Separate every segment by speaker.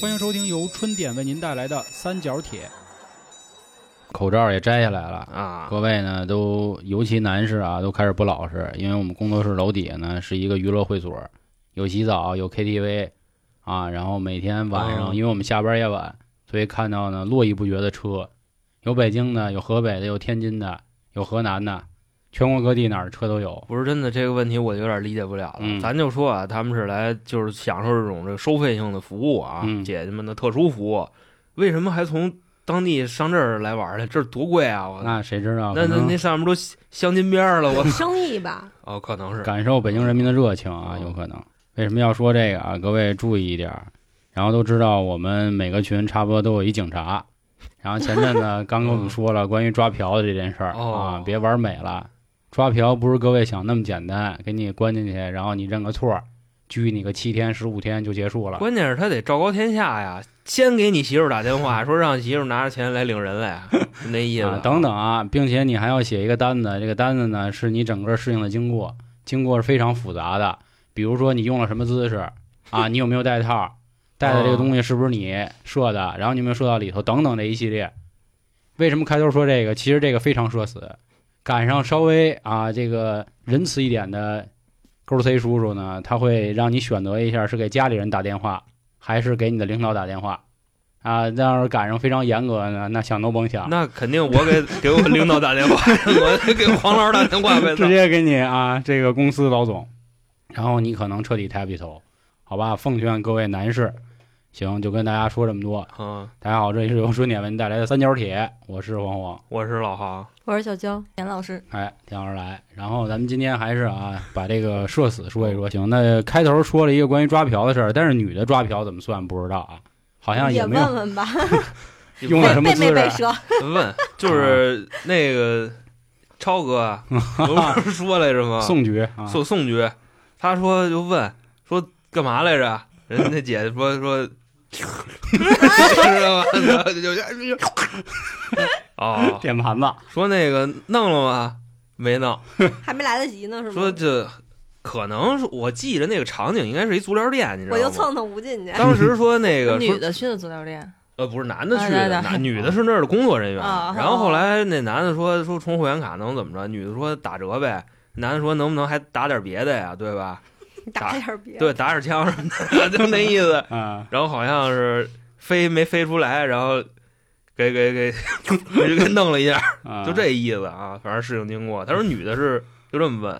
Speaker 1: 欢迎收听由春点为您带来的《三角铁
Speaker 2: 口罩也摘下来了。
Speaker 3: 啊，
Speaker 2: 各位呢，都尤其男士啊，都开始不老实，因为我们工作室楼底下呢是一个娱乐会所，有洗澡，有 KTV，啊，然后每天晚上，
Speaker 3: 哦
Speaker 2: 因为我们下班也晚，所以看到呢络绎不绝的车，有北京的，有河北的，有天津的，有河南的，全国各地哪儿车都有。
Speaker 3: 不是真的这个问题，我就有点理解不了了。
Speaker 2: 嗯
Speaker 3: 咱就说啊，他们是来就是享受这种这收费性的服务啊，
Speaker 2: 嗯
Speaker 3: 姐姐们的特殊服务，为什么还从当地上这儿来玩儿来？这儿多贵啊！我
Speaker 2: 那谁知道？
Speaker 3: 那
Speaker 2: 可
Speaker 3: 那
Speaker 2: 能
Speaker 3: 那上面都镶金边儿了， 我
Speaker 4: 生意吧，
Speaker 3: 哦，可能是
Speaker 2: 感受北京人民的热情啊，
Speaker 3: 嗯
Speaker 2: 有可能。为什么要说这个啊？各位注意一点儿。然后都知道我们每个群差不多都有一警察。然后前阵子刚跟我们说了关于抓嫖的这件事儿
Speaker 3: 哦
Speaker 2: 啊，别玩美了，抓嫖不是各位想那么简单，给你关进去，然后你认个错儿，拘你个七天十五天就结束了。
Speaker 3: 关键是他得昭告天下呀，先给你媳妇儿打 电话，说让媳妇儿拿着钱来领人来，就那意思、
Speaker 2: 啊，等等啊，并且你还要写一个单子，这个单子呢是你整个事情的经过，经过是非常复杂的，比如说你用了什么姿势 啊，你有没有戴套，戴的这个东西是不是你射的，然后你有没有射到里头，等等这一系列。为什么开头说这个？其实这个非常社死，赶上稍微啊这个仁慈一点的勾 C 叔叔呢，他会让你选择一下是给家里人打电话，还是给你的领导打电话。啊，要是赶上非常严格的呢，那想都甭想。
Speaker 3: 那肯定我给 给我领导打电话，我得给黄老师打电话 呗。
Speaker 2: 直接给你啊，这个公司老总，然后你可能彻底抬不起头，好吧？奉劝各位男士，行，就跟大家说这么多。
Speaker 3: 嗯，
Speaker 2: 大家好，这里是由春点为您带来的三角铁，我是黄黄，
Speaker 3: 我是老黄，
Speaker 4: 我是小娇，严老师，
Speaker 2: 哎，田老师来。然后咱们今天还是啊，把这个社死说一说。行，那开头说了一个关于抓嫖的事儿，但是女的抓嫖怎么算不知道啊，好像
Speaker 4: 也
Speaker 2: 没有
Speaker 4: 问问吧，
Speaker 2: 用 了什么
Speaker 4: 被
Speaker 2: 姿
Speaker 4: 没被
Speaker 2: 势。
Speaker 4: 折？
Speaker 3: 问，就是那个超哥，啊我不是说来着吗？
Speaker 2: 宋局啊，
Speaker 3: 宋宋局，他说就问说干嘛来着？人家那姐说说，知道吗？然后就就就哦，
Speaker 2: 点盘子，
Speaker 3: 说那个弄了吗？没弄。
Speaker 4: 还没来得及呢，是吗？
Speaker 3: 说这可能是我记着那个场景应该是一足疗店，你知道
Speaker 4: 我
Speaker 3: 吗？
Speaker 4: 就蹭蹭吴进去，
Speaker 3: 当时说那个
Speaker 5: 女
Speaker 3: 说
Speaker 5: 的去的足疗店，
Speaker 3: 呃不是男的去
Speaker 5: 啊对
Speaker 3: 的，
Speaker 5: 对
Speaker 3: 男女的是那儿的工作人员。
Speaker 5: 啊
Speaker 3: 然后后来那男的说说充会员卡能怎么着？女的说打折呗。男的说能不能还打点别的呀？对吧？
Speaker 4: 你 打点儿别。
Speaker 3: 对，打点枪什么的， 就那意思。
Speaker 2: 啊，
Speaker 3: 然后好像是飞没飞出来，然后给给给就给弄了一下，
Speaker 2: 啊
Speaker 3: 就这意思啊。反正事情经过，他说女的是就这么问，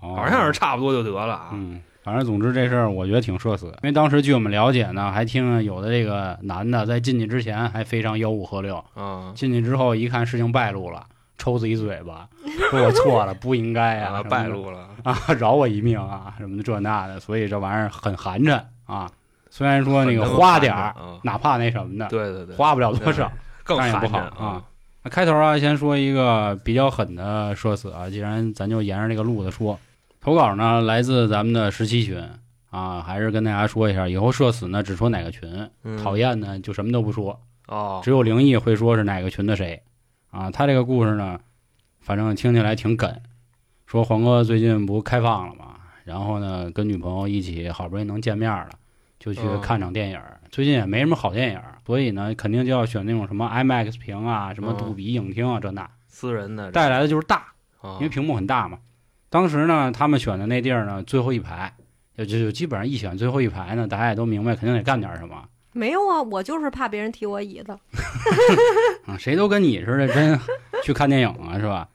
Speaker 2: 哦，
Speaker 3: 好像是差不多就得了啊。
Speaker 2: 嗯，反正总之这事儿我觉得挺社死，因为当时据我们了解呢，还听有的这个男的在进去之前还非常吆五喝六，
Speaker 3: 啊
Speaker 2: 进去之后一看事情败露了，抽自己嘴巴，说我错了，不应该啊，
Speaker 3: 啊，
Speaker 2: 什么的
Speaker 3: 败露了。
Speaker 2: 啊，饶我一命啊，什么的这那的，所以这玩意儿很寒碜啊。虽然说那个花点儿，
Speaker 3: 啊，
Speaker 2: 哪怕那什么的，
Speaker 3: 对对对，
Speaker 2: 花不了多少，
Speaker 3: 更
Speaker 2: 那也
Speaker 3: 寒
Speaker 2: 不好
Speaker 3: 碜
Speaker 2: 啊。那开头啊，先说一个比较狠的社死啊，既然咱就沿着这个路子说，投稿呢来自咱们的十七群啊，还是跟大家说一下，以后社死呢只说哪个群，
Speaker 3: 嗯
Speaker 2: 讨厌呢就什么都不说，
Speaker 3: 哦，
Speaker 2: 只有灵异会说是哪个群的谁啊。他这个故事呢，反正听起来挺梗，说黄哥最近不开放了嘛，然后呢跟女朋友一起好不容易能见面了，就去
Speaker 3: 嗯
Speaker 2: 看场电影儿。最近也没什么好电影儿，所以呢肯定就要选那种什么 IMAX 屏啊、什么
Speaker 3: 嗯
Speaker 2: 杜比影厅啊这那，
Speaker 3: 私人的
Speaker 2: 带来的就是大，
Speaker 3: 啊
Speaker 2: 因为屏幕很大嘛。当时呢他们选的那地儿呢最后一排，就就就基本上一选最后一排呢，大家也都明白肯定得干点儿什么。
Speaker 4: 没有啊，我就是怕别人提我椅子。
Speaker 2: 啊，谁都跟你似的，真去看电影啊，是吧？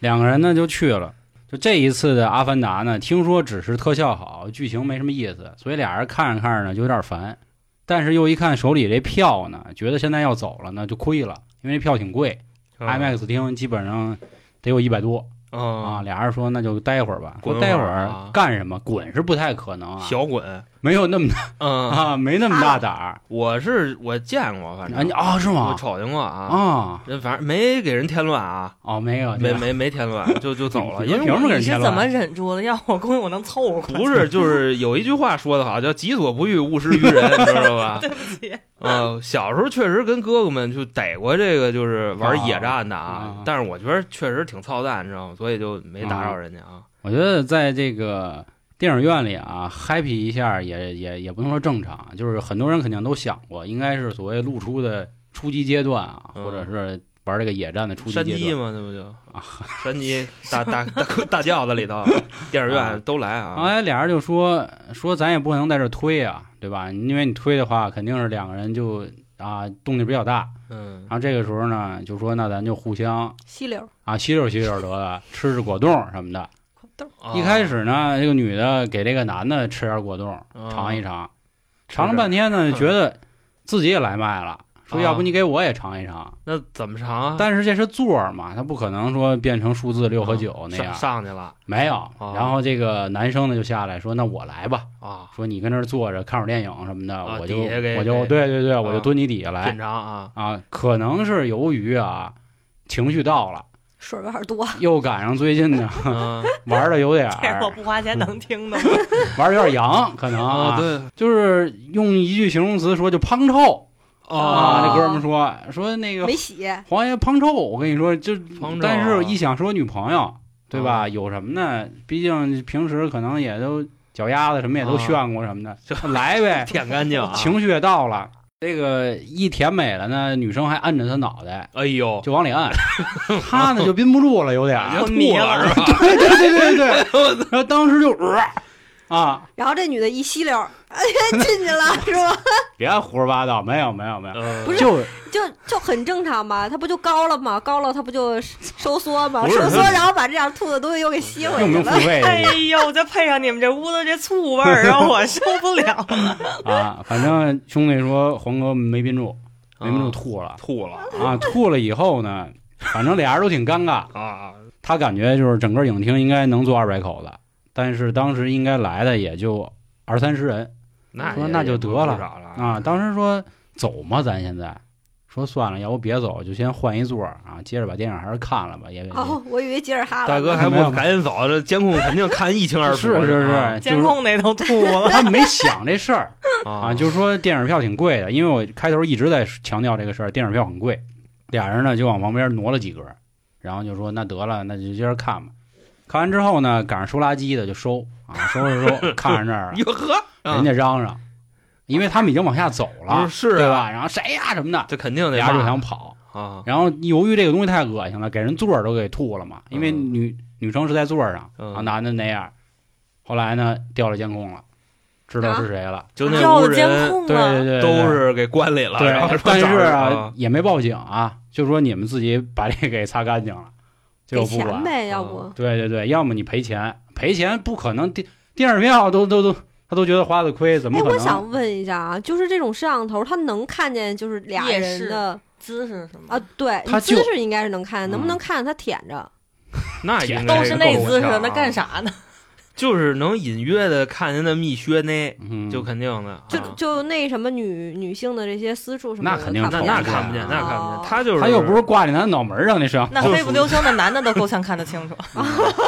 Speaker 2: 两个人呢就去了。就这一次的《阿凡达》呢，听说只是特效好，剧情没什么意思，所以俩人看着看着呢就有点烦。但是又一看手里这票呢，觉得现在要走了呢就亏了，因为这票挺贵、
Speaker 3: 啊
Speaker 2: i m a x 厅基本上得有一百多、啊。
Speaker 3: 啊，
Speaker 2: 俩人说那就待会儿吧，
Speaker 3: 滚
Speaker 2: 说待
Speaker 3: 会
Speaker 2: 会
Speaker 3: 儿
Speaker 2: 儿
Speaker 3: 啊
Speaker 2: 干什么？滚是不太可能啊，
Speaker 3: 小滚，
Speaker 2: 没有那么大
Speaker 3: 嗯，
Speaker 2: 啊，没那么大胆儿。
Speaker 3: 我是我见过，反
Speaker 2: 啊
Speaker 3: 正
Speaker 2: 你啊是
Speaker 3: 我
Speaker 2: 吗？
Speaker 3: 瞅见过啊，
Speaker 2: 啊
Speaker 3: 人反正没给人添乱啊，
Speaker 2: 哦没有
Speaker 3: 没没没添乱，就就走了，
Speaker 2: 你
Speaker 3: 因为
Speaker 2: 凭什么给人啊
Speaker 5: 你
Speaker 2: 添
Speaker 5: 是
Speaker 2: 乱
Speaker 5: 怎么忍住的？要我估计我能 凑合。
Speaker 3: 不是，就是有一句话说的好，叫“己所不欲，勿施于人”，你知道吧？
Speaker 5: 对不起，
Speaker 3: 嗯，小时候确实跟哥哥们就逮过这个，就是玩野战的
Speaker 2: 啊
Speaker 3: 啊。但是我觉得确实挺操蛋，你知道吗？所以就没打扰人家啊。
Speaker 2: 我觉得在这个电影院里啊，happy 一下也也也不能说正常，就是很多人肯定都想过，应该是所谓露出的初级阶段啊，
Speaker 3: 嗯
Speaker 2: 或者是玩这个野战的初级
Speaker 3: 山
Speaker 2: 阶
Speaker 3: 鸡
Speaker 2: 段
Speaker 3: 嘛，那不就山鸡大大大大轿子里头，电影
Speaker 2: 啊
Speaker 3: 院都来啊，
Speaker 2: 哎，俩人就说说咱也不能在这推啊，对吧？因为你推的话，肯定是两个人就啊动静比较大。
Speaker 3: 嗯
Speaker 2: 然后这个时候呢，就说那咱就互相
Speaker 4: 吸溜
Speaker 2: 啊吸溜吸溜得了，吃吃果冻什么的。
Speaker 3: 哦
Speaker 2: 一开始呢，这个女的给这个男的吃点果冻，尝一
Speaker 3: 尝，
Speaker 2: 尝，
Speaker 3: 嗯吃
Speaker 2: 尝了半天呢，
Speaker 3: 着
Speaker 2: 觉得自己也来卖了，说要
Speaker 3: 啊
Speaker 2: 不你给我也尝一尝。
Speaker 3: 那怎么尝啊？
Speaker 2: 但是这是座儿嘛，他不可能说变成数字六和
Speaker 3: 啊
Speaker 2: 九那
Speaker 3: 上啊
Speaker 2: 样，
Speaker 3: 上去了
Speaker 2: 没有。然后这个男生呢就下来说：“那我来吧。”
Speaker 3: 啊，
Speaker 2: 说你跟那儿坐着看会儿电影什么的，
Speaker 3: 啊
Speaker 2: 我就
Speaker 3: 底下给
Speaker 2: 我就
Speaker 3: 给
Speaker 2: 对对对，我就
Speaker 3: 啊
Speaker 2: 蹲你底下来
Speaker 3: 品尝 啊，
Speaker 2: 啊。可能是由于啊情绪到了，
Speaker 4: 水有点多，
Speaker 2: 又赶上最近呢
Speaker 3: 嗯
Speaker 2: 玩的有点 儿
Speaker 5: 这哎我不花钱能 听的吗？
Speaker 2: 玩的有点洋，可能
Speaker 3: 啊，
Speaker 2: 啊，
Speaker 3: 对
Speaker 2: 就是用一句形容词说就胖臭啊。
Speaker 4: 哦
Speaker 2: 这哥们儿说说那个
Speaker 4: 没洗，
Speaker 2: 黄爷胖臭，我跟你说就
Speaker 3: 胖臭
Speaker 2: 但
Speaker 3: 啊
Speaker 2: 是一想说女朋友对吧，有什么呢？毕竟平时可能也都脚丫子什么也都
Speaker 3: 啊
Speaker 2: 炫过什么 的，来呗，
Speaker 3: 舔干净啊，
Speaker 2: 情绪也到了，这个一甜美了呢，女生还摁着他脑袋
Speaker 3: 哎呦，
Speaker 2: 就往里 按，他呢就憋不住了，有点儿，
Speaker 3: 已经
Speaker 5: 迷
Speaker 3: 吐了
Speaker 5: 了
Speaker 3: 是吧？
Speaker 2: 对对对对对， 然后当时就、呃啊，
Speaker 4: 然后这女的一吸溜， 哎呀进去了是吧？
Speaker 2: 别胡说八道，没有没有没有，
Speaker 3: 嗯
Speaker 4: 不是
Speaker 2: 就
Speaker 4: 就就很正常嘛，她不就高了吗？高了她不就收缩吗？
Speaker 3: 不是
Speaker 4: 收缩，然后把这样吐的东西又给吸回
Speaker 2: 用不用
Speaker 4: 去
Speaker 2: 付
Speaker 4: 了。
Speaker 2: 费
Speaker 5: 哎呦，再配上你们这屋子这醋味儿啊，我受不了。
Speaker 2: 啊？反正兄弟说黄哥没憋住，没憋住
Speaker 3: 嗯
Speaker 2: 吐了
Speaker 3: 吐了
Speaker 2: 啊，吐了以后呢，反正俩人都挺尴尬，
Speaker 3: 啊，
Speaker 2: 他感觉就是整个影厅应该能坐二百口子，但是当时应该来的也就二三十人。
Speaker 3: 那
Speaker 2: 说
Speaker 3: 也
Speaker 2: 那就
Speaker 3: 也
Speaker 2: 得
Speaker 3: 不少
Speaker 2: 了
Speaker 3: 了
Speaker 2: 啊，当时说走嘛，咱现在说算了，要不别走，就先换一座儿啊，接着把电影还是看了吧，也也
Speaker 4: 哦，我以为吉尔哈了。
Speaker 3: 大哥还
Speaker 2: 没有
Speaker 3: 不赶紧走，这监控肯定看一清二
Speaker 2: 是
Speaker 3: 楚。
Speaker 2: 是是
Speaker 3: 啊
Speaker 2: 是，
Speaker 5: 监
Speaker 2: 就是
Speaker 5: 控那都 吐了。
Speaker 2: 他没想这事儿
Speaker 3: 啊
Speaker 2: 啊，就是说电影票挺贵的，因为我开头一直在强调这个事儿，电影票很贵。俩人呢就往旁边挪了几格，然后就说那得了，那就接着看吧。看完之后呢，赶上收垃圾的就收 啊，收拾收，看上这儿了，
Speaker 3: 哟呵，啊
Speaker 2: 人家嚷嚷，因为他们已经往下走了，
Speaker 3: 是
Speaker 2: 对
Speaker 3: 啊，
Speaker 2: 吧？然后谁呀什么的，
Speaker 3: 这肯定得
Speaker 2: 俩人就
Speaker 3: 骂
Speaker 2: 想跑。
Speaker 3: 啊，
Speaker 2: 然后由于这个东西太恶心了，给人座儿都给吐了嘛，因为
Speaker 3: 嗯
Speaker 2: 女、女生是在座儿上，
Speaker 3: 嗯
Speaker 2: 啊男的那样。后来呢，调了监控了，知
Speaker 3: 啊
Speaker 2: 道是谁了。
Speaker 3: 就那
Speaker 5: 照
Speaker 3: 屋
Speaker 5: 着监
Speaker 3: 人
Speaker 5: 控
Speaker 2: 对对
Speaker 5: 啊，
Speaker 2: 对，对
Speaker 3: 都是给关里了，然后
Speaker 2: 对，但
Speaker 3: 找
Speaker 2: 是
Speaker 3: 着
Speaker 2: 啊
Speaker 3: 啊，
Speaker 2: 也没报警啊，就说你们自己把这给擦干净了，
Speaker 4: 给
Speaker 2: 就不
Speaker 4: 钱
Speaker 2: 管。
Speaker 4: 呗，要不
Speaker 2: 对对对，要么你赔钱，赔钱不可能电电影票都都都他都觉得花的亏，怎么
Speaker 4: 哎，
Speaker 2: 可
Speaker 4: 我
Speaker 2: 能？
Speaker 4: 想问一下啊，就是这种摄像头，它能看见就是俩
Speaker 5: 夜
Speaker 4: 人
Speaker 5: 视
Speaker 4: 的
Speaker 5: 姿势什么
Speaker 4: 啊？对，
Speaker 2: 它
Speaker 4: 你姿
Speaker 2: 就
Speaker 4: 势应该是能看见，能不能看见他舔着？
Speaker 3: 那应该
Speaker 5: 都是那姿
Speaker 3: 够
Speaker 2: 啊
Speaker 5: 势，
Speaker 3: 呛
Speaker 5: 那干？啥 呢？
Speaker 3: 就是能隐约的看见那蜜靴呢，
Speaker 2: 嗯，
Speaker 3: 就肯定的，
Speaker 4: 就
Speaker 3: 啊
Speaker 4: 就那什么女女性的这些私处什么
Speaker 2: 那
Speaker 4: 的，
Speaker 2: 肯定
Speaker 4: 看
Speaker 3: 那
Speaker 4: 不
Speaker 3: 那
Speaker 4: 见
Speaker 3: 看不见，
Speaker 2: 啊
Speaker 3: 那看不
Speaker 4: 哦
Speaker 3: 见，他就是
Speaker 2: 他又不是挂在他脑门上那摄像
Speaker 5: 那
Speaker 2: 头
Speaker 5: 黑不溜秋那男的都够呛看得清楚。
Speaker 2: 哎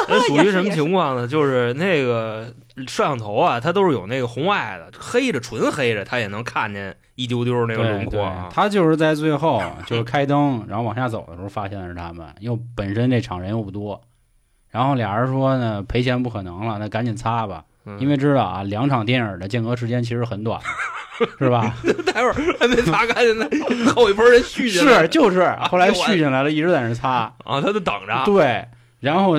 Speaker 3: 那属于什
Speaker 4: 也是
Speaker 3: 么情况呢？就是那个摄像头啊，它都是有那个红外的，黑着纯黑着，它也能看见一丢丢那个轮
Speaker 2: 对
Speaker 3: 廓
Speaker 2: 对
Speaker 3: 啊，。
Speaker 2: 他就是在最后就是开灯，然后往下走的时候发现的是他们，又本身这场人又不多，然后俩人说呢赔钱不可能了，那赶紧擦吧，
Speaker 3: 嗯
Speaker 2: 因为知道啊两场电影的间隔时间其实很短，是吧？
Speaker 3: 待会儿 还没擦干净呢，后一波人续进来
Speaker 2: 是就是，后来
Speaker 3: 哎呦我
Speaker 2: 续进来了，一直在那擦，
Speaker 3: 啊，他就等着。
Speaker 2: 对，然后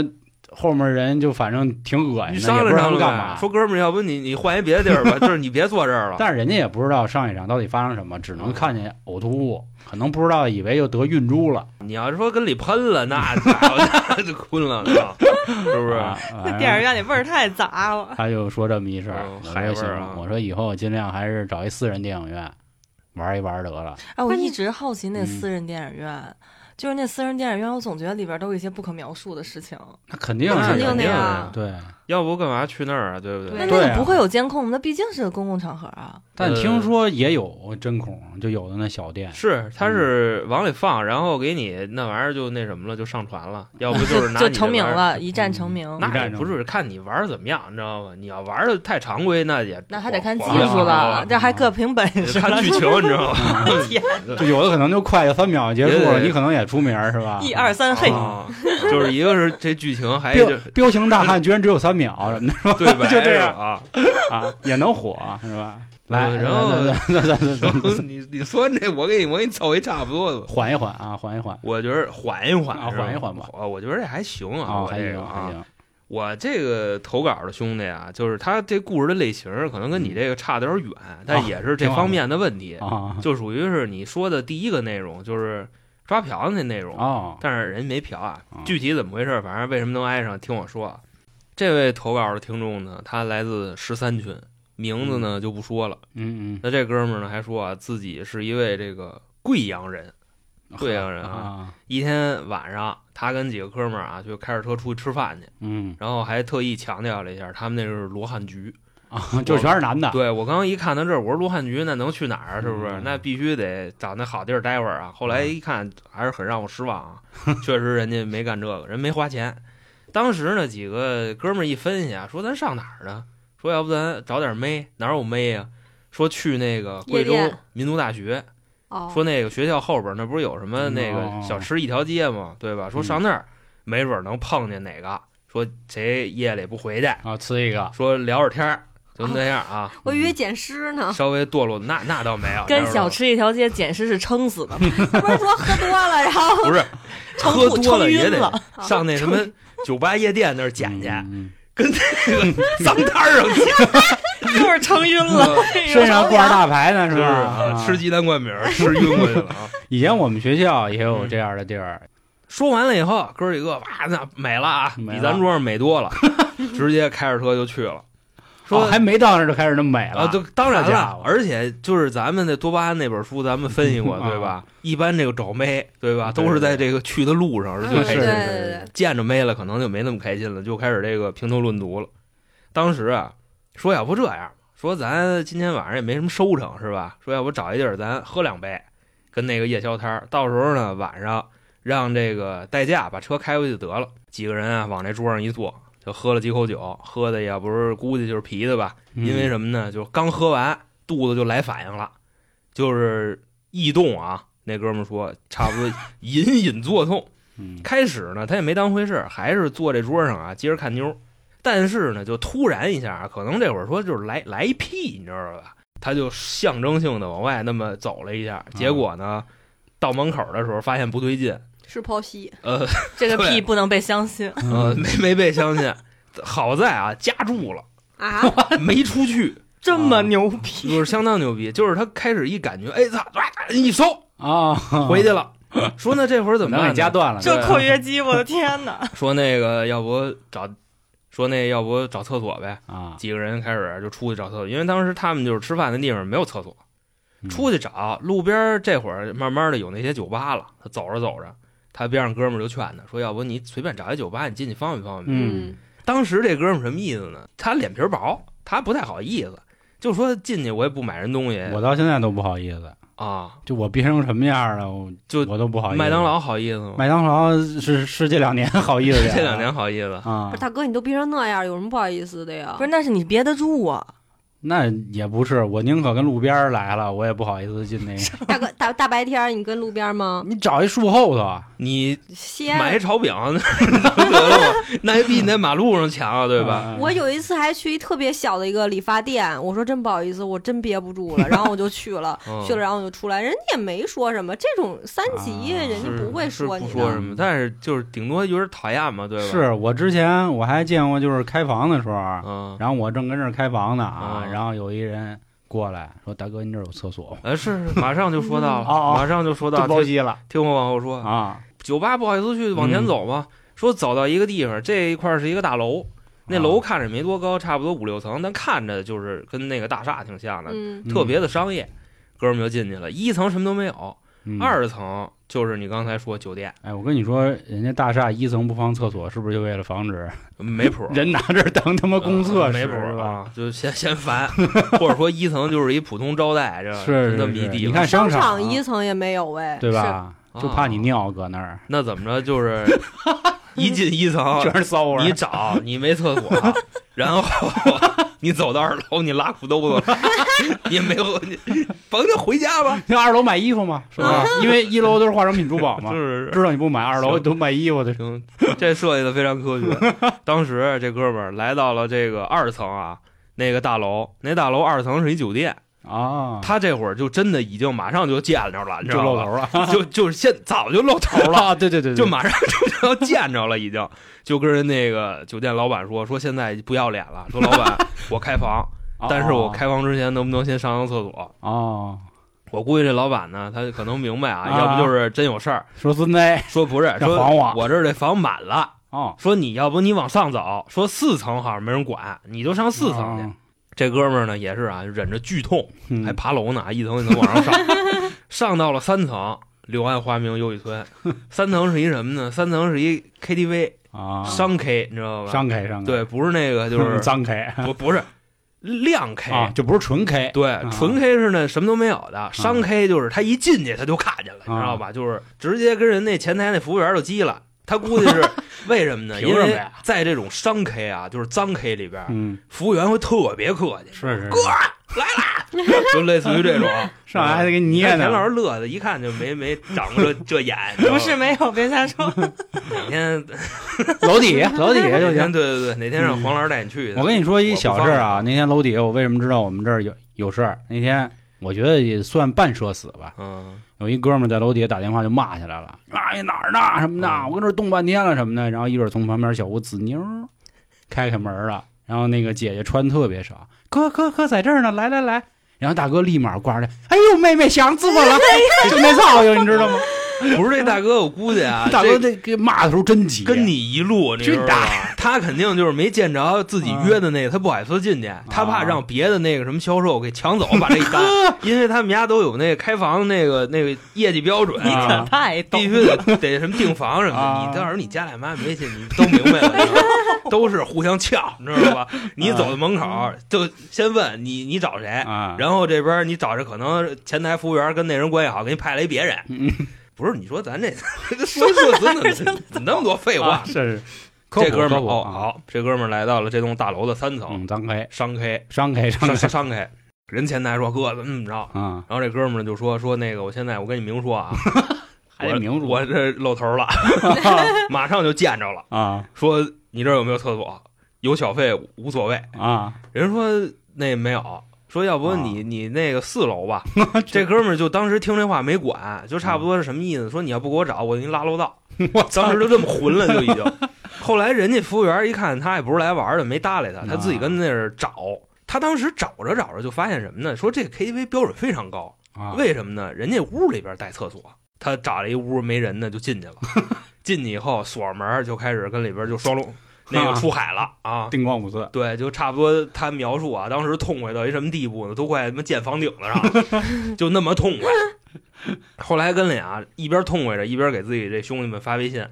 Speaker 2: 后面人就反正挺恶
Speaker 3: 你
Speaker 2: 心的，也
Speaker 3: 商
Speaker 2: 不知道
Speaker 3: 量
Speaker 2: 他
Speaker 3: 商
Speaker 2: 们
Speaker 3: 量
Speaker 2: 干
Speaker 3: 呗，
Speaker 2: 嘛。
Speaker 3: 说哥们儿，要不你你换一别的地儿吧， 就是你别坐这儿了。
Speaker 2: 但是人家也不知道上一场到底发生什么，只
Speaker 3: 嗯
Speaker 2: 能看见呕吐物，可能不知道，以为又得晕猪了，
Speaker 3: 你要是说跟里喷 了，那家伙那就 困了，是不是？
Speaker 2: 啊
Speaker 5: 那电影院里味儿太杂了。
Speaker 2: 他就说这么一事儿
Speaker 3: 哦，
Speaker 2: 我
Speaker 3: 海
Speaker 2: 说
Speaker 3: 味
Speaker 2: 行
Speaker 3: 儿
Speaker 2: 了
Speaker 3: 啊
Speaker 2: 我说以后尽量还是找一私人电影院玩一玩得了。
Speaker 5: 哎，我
Speaker 4: 关
Speaker 5: 一
Speaker 4: 键
Speaker 5: 直好奇那
Speaker 2: 嗯
Speaker 5: 私人电影院，就是那私人电影院，我总觉得里边都有一些不可描述的事情。
Speaker 2: 那肯定
Speaker 4: 那肯
Speaker 2: 是
Speaker 4: 定的
Speaker 3: 呀
Speaker 2: 对，
Speaker 3: 要不干嘛去那儿啊？对不
Speaker 5: 那
Speaker 3: 对？
Speaker 5: 那
Speaker 2: 对
Speaker 5: 个
Speaker 2: 啊
Speaker 5: 不会有监控，那毕竟是个公共场合啊。
Speaker 2: 但
Speaker 3: 呃
Speaker 2: 听说也有针孔，就有的那小店
Speaker 3: 是，他是往里放，然后给你那玩意儿就那什么了，就上传了，要不就是拿
Speaker 5: 就
Speaker 3: 你
Speaker 5: 成
Speaker 3: 这
Speaker 5: 名
Speaker 3: 玩意儿。
Speaker 5: 了，一战成名。
Speaker 2: 一
Speaker 3: 那
Speaker 2: 战
Speaker 3: 也
Speaker 2: 成
Speaker 3: 不是看你玩儿怎么样，你知道吗？你要玩的太常规，那也
Speaker 5: 那还得看技
Speaker 2: 哇
Speaker 5: 术了，
Speaker 2: 哇
Speaker 5: 这还各凭本
Speaker 3: 得
Speaker 5: 事了。
Speaker 3: 啊看剧情，你知道吗？
Speaker 5: 天，
Speaker 2: 就有的可能就快就三秒结束了，
Speaker 3: 也得
Speaker 2: 你可能也出名儿是吧？
Speaker 5: 一二三，嘿，
Speaker 3: 啊就是一个是这剧情，还有
Speaker 2: 彪
Speaker 3: 就
Speaker 2: 彪形大汉居然只有三秒什么的是吧？
Speaker 3: 对白
Speaker 2: 就这
Speaker 3: 是
Speaker 2: 样
Speaker 3: 吧
Speaker 2: 啊，也能火是吧？来，
Speaker 3: 然后
Speaker 2: 咱咱咱
Speaker 3: 啊
Speaker 2: 咱。咱
Speaker 3: 你你说那我给你我给你凑一差不多的吧。
Speaker 2: 缓一缓啊，缓一缓
Speaker 3: 我觉得缓一缓
Speaker 2: 啊
Speaker 3: 是吧，
Speaker 2: 缓一缓吧
Speaker 3: 啊，我觉得这还行啊，
Speaker 2: 啊，
Speaker 3: 我
Speaker 2: 还
Speaker 3: 这
Speaker 2: 行
Speaker 3: 个
Speaker 2: 还
Speaker 3: 啊，
Speaker 2: 行，
Speaker 3: 我这个投稿的兄弟啊，就是他这故事的类型儿可能跟
Speaker 2: 嗯
Speaker 3: 你这个差得有点远，但也是这方面的问题，
Speaker 2: 啊
Speaker 3: 就属于是你说的第一个内容，就是抓嫖的那内容，
Speaker 2: 哦，
Speaker 3: 但是人没嫖啊
Speaker 2: 啊，
Speaker 3: 具体怎么回事儿，反正为什么能挨上，听我说啊。这位投稿的听众呢，他来自十三群，名字呢就不说了。
Speaker 2: 嗯
Speaker 3: 那这哥们儿呢还说啊，自己是一位这个贵阳人，
Speaker 2: 嗯，
Speaker 3: 贵阳人啊，
Speaker 2: 啊，
Speaker 3: 一天晚上，他跟几个哥们儿啊，就开着车出去吃饭去，
Speaker 2: 嗯
Speaker 3: 然后还特意强调了一下，他们那是罗汉局。
Speaker 2: 啊，就全是男的，
Speaker 3: 对我刚刚一看到这儿，我说罗汉局那能去哪儿啊？是不是
Speaker 2: 嗯？
Speaker 3: 那必须得找那好地儿待会儿啊。后来一看，还是很让我失望啊。确实人家没干这个，人没花钱。当时呢，几个哥们儿一分析啊，说咱上哪儿呢？说要不咱找点妹，哪儿有妹呀、说去那个贵州
Speaker 4: 夜店
Speaker 3: 民族大学，
Speaker 4: 哦，
Speaker 3: 说那个学校后边儿那不是有什么那
Speaker 2: 嗯哦嗯
Speaker 3: 个小吃一条街吗？对吧？说上那儿没准儿能碰见哪个，说谁夜里不回去，
Speaker 2: 啊，呲一个，
Speaker 3: 说聊会儿天儿，就那样啊，
Speaker 4: 我以为捡尸呢，
Speaker 3: 稍微堕落，那那倒没有，
Speaker 5: 哦跟
Speaker 3: 那倒
Speaker 5: 小吃一条街简直是撑死的，
Speaker 4: 他不是说喝多了，然 后
Speaker 3: 不是
Speaker 5: 撑
Speaker 3: 喝
Speaker 5: 吐
Speaker 3: 多了
Speaker 5: 撑
Speaker 3: 也
Speaker 5: 晕
Speaker 3: 得
Speaker 5: 了。
Speaker 3: 上那什 么酒吧夜店那儿捡去，
Speaker 2: 嗯，
Speaker 3: 跟那个脏摊 儿上捡，
Speaker 5: 就是撑晕 了。
Speaker 2: 嗯身上挂着大牌呢，
Speaker 3: 就是是
Speaker 2: 吧？
Speaker 3: 啊
Speaker 2: 啊
Speaker 3: 吃鸡蛋灌饼儿吃晕过去了啊。
Speaker 2: 以前我们学校也有这样的地儿，
Speaker 3: 说完了以后，哥儿几个哇，那美了啊，
Speaker 2: 美
Speaker 3: 比
Speaker 2: 了
Speaker 3: 咱桌上美 多了，直接开着车就去了。说
Speaker 2: 哦还没到那儿就开始那么美
Speaker 3: 啊，
Speaker 2: 了，
Speaker 3: 对，当然
Speaker 2: 好家
Speaker 3: 了
Speaker 2: 伙，
Speaker 3: 而且就是咱们那多巴胺那本书，咱们分析过，
Speaker 2: 嗯
Speaker 3: 对吧？一般这个找妹，对吧，
Speaker 2: 对
Speaker 3: 都是在这个去的路 上是最
Speaker 4: 嗯
Speaker 3: 开
Speaker 4: 对
Speaker 3: 心
Speaker 4: 对
Speaker 3: 的。
Speaker 4: 对
Speaker 3: 见着妹了，可能就没那么开心了，就开始这个评头论足了。当时啊，说要不这样，说咱今天晚上也没什么收成，是吧？说要不找一地儿咱喝两杯，跟那个夜宵摊儿，到时候呢晚上让这个代驾把车开回去得了。几个人啊往这桌上一坐，就喝了几口酒，喝的也不是估计就是啤的吧，
Speaker 2: 嗯，
Speaker 3: 因为什么呢？就是刚喝完，肚子就来反应了，就是异动啊。那哥们儿说，差不多隐隐作痛。
Speaker 2: 嗯？
Speaker 3: 开始呢，他也没当回事儿，还是坐这桌上啊，接着看妞儿。但是呢，就突然一下啊，可能这会儿说就是来来一屁，你知道吧？他就象征性的往外那么走了一下，结果呢，到门口的时候发现不对劲，
Speaker 4: 是剖析，
Speaker 3: 呃
Speaker 5: 这个
Speaker 3: 对
Speaker 5: 屁不能被 相信，
Speaker 3: 呃，没没被相信。好在啊，夹住了，
Speaker 4: 啊，
Speaker 3: 没出去，
Speaker 5: 这
Speaker 3: 啊
Speaker 5: 么牛逼，
Speaker 3: 就是相当牛逼。就是他开始一感觉，哎操，啊一收，
Speaker 2: 啊，
Speaker 3: 回去了，说那这会儿怎么
Speaker 2: 能给
Speaker 3: 办呢？
Speaker 2: 夹断了，
Speaker 3: 对
Speaker 5: 这括约肌，我的 天哪！
Speaker 3: 说那个要不找，说那要不找厕所呗。
Speaker 2: 啊，
Speaker 3: 几个人开始就出去找厕所，因为当时他们就是吃饭的地方没有厕所，
Speaker 2: 嗯
Speaker 3: 出去找路边儿这会儿慢慢的有那些酒吧了。他走着走着，他边上哥们儿就劝他说：“要不你随便找一酒吧，你进去方便方便。
Speaker 2: 嗯
Speaker 4: 嗯，”
Speaker 3: 当时这哥们儿什么意思呢？他脸皮儿薄，他不太好意思，就说进去我也不买人东西
Speaker 2: 我到现在都不好意思，
Speaker 3: 啊，
Speaker 2: 就我憋成什么样了，我
Speaker 3: 就
Speaker 2: 我都不好意思。
Speaker 3: 麦当，劳好意思吗？
Speaker 2: 麦当劳是是这两年好意思点儿啊，
Speaker 3: 这两年好意思，
Speaker 4: 不
Speaker 2: 啊
Speaker 4: 是，大哥，你都憋成那样，有什么不好意思的呀？
Speaker 5: 不是，，那是你憋得住啊！
Speaker 2: 那也不是，我宁可跟路边儿来了，我也不好意思 进那个。
Speaker 4: 大哥，大大白天儿你跟路边吗？
Speaker 2: 你找一树后头啊，
Speaker 3: 你
Speaker 4: 先
Speaker 3: 买一炒饼 得了吗？那也比你在马路上强啊，对吧？
Speaker 2: 啊？
Speaker 4: 我有一次还去一特别小的一个理发店，我说真不好意思，我真憋不住了，然后我就去了，
Speaker 3: 嗯
Speaker 4: 去了，然后我就出来，人家也没说什么，这种三级
Speaker 2: 啊
Speaker 4: 人家
Speaker 3: 是
Speaker 4: 不会说
Speaker 3: 是
Speaker 4: 你
Speaker 3: 不
Speaker 4: 的
Speaker 3: 说。什么，但是就是顶多有点讨厌嘛，对吧？，
Speaker 2: 是我之前我还见过，就是开房的时候，
Speaker 3: 嗯，
Speaker 2: 然后我正跟这儿开房呢啊，
Speaker 3: 啊
Speaker 2: 然后有一人过来说：“大哥，你这儿有厕所吗
Speaker 3: 呃，是是马上就说到了，
Speaker 2: 哦哦
Speaker 3: 马上就说？”
Speaker 2: 都
Speaker 3: 到，
Speaker 2: 包
Speaker 3: 听
Speaker 2: 机了
Speaker 3: 听我往后说，
Speaker 2: 啊，
Speaker 3: 酒吧不好意思去，往前
Speaker 2: 嗯
Speaker 3: 走嘛。说走到一个地方，这一块儿是一个大
Speaker 2: 啊
Speaker 3: 楼，那楼看着没多高，差不多五六层，但看着就是跟那个大厦挺像的，
Speaker 4: 嗯，
Speaker 3: 特别的商业。哥们儿就进去了，一层什么都没有，
Speaker 2: 嗯
Speaker 3: 二层就是你刚才说酒店，
Speaker 2: 哎，我跟你说，人家大厦一层不放厕所，是不是就为了防止
Speaker 3: 没谱儿。嗯
Speaker 2: 人拿这儿当他妈公厕
Speaker 3: 呃没
Speaker 2: 使
Speaker 3: 谱
Speaker 2: 是
Speaker 3: 儿
Speaker 2: 吧？
Speaker 3: 啊，就嫌 嫌烦，或者说一层就是一普通招待，这
Speaker 2: 是
Speaker 3: 就那么
Speaker 2: 是
Speaker 3: 一地
Speaker 2: 你
Speaker 3: 方
Speaker 2: 看
Speaker 4: 商
Speaker 3: 啊
Speaker 2: 场
Speaker 4: 一层也没有喂，
Speaker 2: 对吧？
Speaker 3: 是
Speaker 2: 就怕你尿搁那儿
Speaker 3: 那怎么着就是一进一层
Speaker 2: 全是骚味
Speaker 3: 啊你
Speaker 2: 儿。
Speaker 3: 找你没厕所， 然后你走到二楼，你拉裤兜子， 你没有，你甭就回家吧，
Speaker 2: 那二楼买衣服嘛，是吧？因为一楼都是化妆品、珠 宝嘛
Speaker 3: 就，是。
Speaker 2: 知道你不买，二楼都卖衣服的。
Speaker 3: 行，这设计的非常科学。当时这哥们儿来到了这个二层啊，那个大楼，那大楼二层是一酒店，
Speaker 2: 啊，
Speaker 3: 他这会儿就真的已经马上就见着了，你知
Speaker 2: 就
Speaker 3: 道
Speaker 2: 露
Speaker 3: 吧？
Speaker 2: 头了，
Speaker 3: 就就是现早就露头了，
Speaker 2: 啊！对 对对，对
Speaker 3: 就马上就要见着了，已经就跟人那个酒店老板说说现在不要脸了，说老 板我开房，
Speaker 2: 啊
Speaker 3: 但是我开房之前能不能先上趟厕所？
Speaker 2: 哦，
Speaker 3: 我估计这老板呢，他可能明白啊，
Speaker 2: 啊
Speaker 3: 要不就是真有事儿，
Speaker 2: 说孙子
Speaker 3: 说不是，
Speaker 2: 要
Speaker 3: 说
Speaker 2: 还我
Speaker 3: 我这儿这房满了，
Speaker 2: 哦，
Speaker 3: 说你要不你往上走，说四层好像没人管，你就上 四层去。
Speaker 2: 啊
Speaker 3: 这哥们儿呢也是啊，忍着剧痛
Speaker 2: 嗯
Speaker 3: 还爬楼呢，一层一层往上上，上到了三层，柳暗花明又一 村。三层是一什么呢？三层是一 KTV
Speaker 2: 啊，
Speaker 3: 商 K，你知道吧？
Speaker 2: 商 K 商 K，
Speaker 3: 对，，不是那个，就 是
Speaker 2: 脏 K
Speaker 3: 不不是亮 K，、
Speaker 2: 啊，就不是纯 K
Speaker 3: 对，纯 K 是那什么都没有
Speaker 2: 啊
Speaker 3: 的，商 K 就是他一进去他就看见了，你知道吧？就是直接跟人那前台那服务员就激了。他估计是为什么呢？
Speaker 2: 凭
Speaker 3: 因
Speaker 2: 什么呀
Speaker 3: 为在这种商 K 啊，就是脏 K 里边，
Speaker 2: 嗯，
Speaker 3: 服务员会特别客气，
Speaker 2: 是 是，
Speaker 3: 就类似于这种。
Speaker 2: 上来还得给你捏
Speaker 3: 看田老
Speaker 2: 呢，
Speaker 3: 师乐的，一看就没没长 过这这眼，你知道
Speaker 5: 不
Speaker 3: 吗
Speaker 5: 是没有，别瞎说。
Speaker 3: 哪 天
Speaker 2: 楼底下楼底下就
Speaker 3: 哪天
Speaker 2: 行。嗯
Speaker 3: 对对对，哪天让黄老师带你去一趟。
Speaker 2: 我跟你说一小事儿
Speaker 3: 我
Speaker 2: 啊，
Speaker 3: 不放
Speaker 2: 那天楼底下我为什么知道我们这儿有有事儿？那天我觉得也算半社死吧，
Speaker 3: 嗯，
Speaker 2: 有一哥们儿在楼底下打电话就骂起来了，啊，你哪儿呢什么的，
Speaker 3: 嗯
Speaker 2: 我跟这儿冻半天了什么的。然后一会儿从旁边小屋子妞儿开开门了，然后那个姐姐穿特别少，哥哥哥在这儿呢，来来来。然后大哥立马挂着，哎呦妹妹想死我了， 就那造型你知道吗？，
Speaker 3: 嗯 不是这大哥，我估计啊
Speaker 2: 大哥
Speaker 3: 这
Speaker 2: 这给骂的时候真急，
Speaker 3: 跟你一路，你知道
Speaker 2: 真
Speaker 3: 吗？他肯定就是没见着自己约的那个，他不好意思进
Speaker 2: 啊
Speaker 3: 去，他怕让别的那个什么销售给抢走，把这 一单，因为他们家都有那个开房那个那个业绩 标准，
Speaker 2: 啊
Speaker 5: 可太懂
Speaker 3: 必须得得什么订房什么
Speaker 2: 啊
Speaker 3: 的。你到时候你家里妈没去，你都明白了，你知道吗都是互相呛，你知道吧？你走到门口就先问你你找谁，
Speaker 2: 啊，
Speaker 3: 然后这边你找着可能前台服务员跟那人关系好，给你派来一别人。
Speaker 2: 嗯
Speaker 3: 不是你说咱这说社死怎么怎么那么多废话
Speaker 2: 啊？是是，
Speaker 3: 这哥们
Speaker 2: 科
Speaker 3: 儿
Speaker 2: 普啊
Speaker 3: 哦，，好，这哥们儿来到了这栋大楼的三层，
Speaker 2: 嗯，张开
Speaker 3: 商 K
Speaker 2: 张 开
Speaker 3: 商
Speaker 2: 张开
Speaker 3: 商商 K，人前台说哥怎么着？
Speaker 2: 啊，
Speaker 3: 然后这哥们儿就说说那个，我现在我跟你明说啊，
Speaker 2: 还得明
Speaker 3: 我
Speaker 2: 说
Speaker 3: 这露头 了，马上就见着了。
Speaker 2: 啊
Speaker 3: 说你这儿有没有厕所？有小费无所谓。
Speaker 2: 啊，
Speaker 3: 人说那没有，说要不
Speaker 2: 啊
Speaker 3: 你你那个四 楼吧。这哥们儿就当时听这话没管，就差不多是什么意思？说你要不给我找，我给你拉楼道。
Speaker 2: 嗯 我操
Speaker 3: 当时就这么 混了，就已经。后来人家服务员一看他也不是来玩的，没搭理他，他
Speaker 2: 啊
Speaker 3: 自己跟那儿找。他当时找着找着就发现什么呢？说这 KTV 标准非常高，
Speaker 2: 啊，
Speaker 3: 为什么呢？人家屋里边带厕所，他找了一屋没人呢，就进去 了。进去以后锁门就开始跟里边就 双龙那个出海了啊。
Speaker 2: 定光五 色
Speaker 3: 对，就差不多。他描述啊，当时痛快到一什么地步呢？都快他妈建房顶子上了， 就那么痛快。后来跟俩一边痛快着，一边给自己这兄弟们发微信，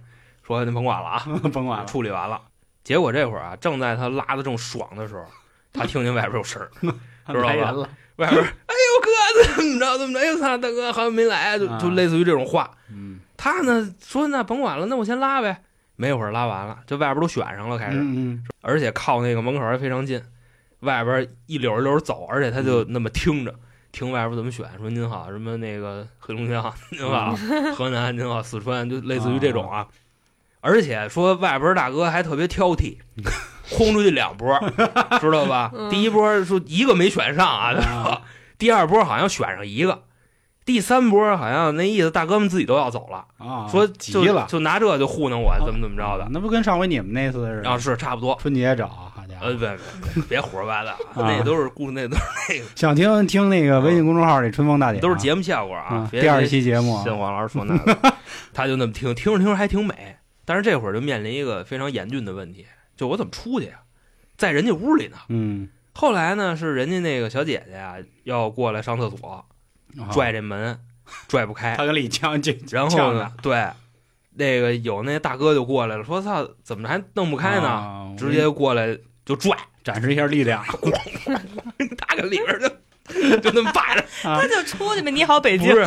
Speaker 3: 说您甭管了啊，
Speaker 2: 甭管了，
Speaker 3: 处理完了。结果这会儿啊，正在他拉的正爽的时候，他听见外边有声儿， 知道吧
Speaker 2: 来人了，
Speaker 3: 外边儿哎呦哥，怎么着怎么着？哎呦操，大哥好像没来，就就
Speaker 2: 啊
Speaker 3: 类似于这种话。
Speaker 2: 嗯
Speaker 3: 他呢说那甭管了，那我先拉呗。没一会儿拉完了，这外边都选上了，开始。
Speaker 2: 嗯嗯，
Speaker 3: 而且靠那个门口还非常近，外边一溜一溜走，而且他
Speaker 2: 嗯
Speaker 3: 就那么听着，听外边怎么选，说您好，什么那个黑龙江您好，
Speaker 2: 嗯
Speaker 3: 河南您好，四川，就类似于这种啊。而且说外边大哥还特别挑剔，轰出去两波， 知道吧？
Speaker 4: 嗯
Speaker 3: 第一波说一个没选上啊，他说
Speaker 2: 啊
Speaker 3: 第二波好像选上一个，第三波好像那意思大哥们自己都要走了，
Speaker 2: 啊，
Speaker 3: 嗯说就
Speaker 2: 急了，
Speaker 3: 就拿这就糊弄我，怎么怎么着的
Speaker 2: 啊，那不跟上回你们那次似
Speaker 3: 啊，
Speaker 2: 的，
Speaker 3: 是差不多。
Speaker 2: 春节找，啊好家伙
Speaker 3: 呃，，别别别胡说八道，啊
Speaker 2: 啊
Speaker 3: 那都是故，那都是
Speaker 2: 想听听那个微信公众号里春风大典啊，
Speaker 3: 都是节目效果啊
Speaker 2: 啊。，
Speaker 3: 别
Speaker 2: 第二期节目
Speaker 3: 别像王老师说那个，他就那么听，听着听着还挺美，但是这会儿就面临一个非常严峻的问题，就我怎么出去呀？在人家屋里呢。
Speaker 2: 嗯，
Speaker 3: 后来呢，是人家那个小姐姐啊，要过来上厕所，
Speaker 2: 啊
Speaker 3: 拽这门，拽不开，
Speaker 2: 他跟李强这
Speaker 3: 然后
Speaker 2: 呛
Speaker 3: 呢，对，那个有那大哥就过来了，说操，怎么还弄不开呢？
Speaker 2: 呢
Speaker 3: 直接过来就拽，
Speaker 2: 啊 展示一下力量，
Speaker 3: 大哥里边就就那么摆着。
Speaker 5: 那就出去吧。你好，北
Speaker 3: 不
Speaker 5: 京
Speaker 3: 是，；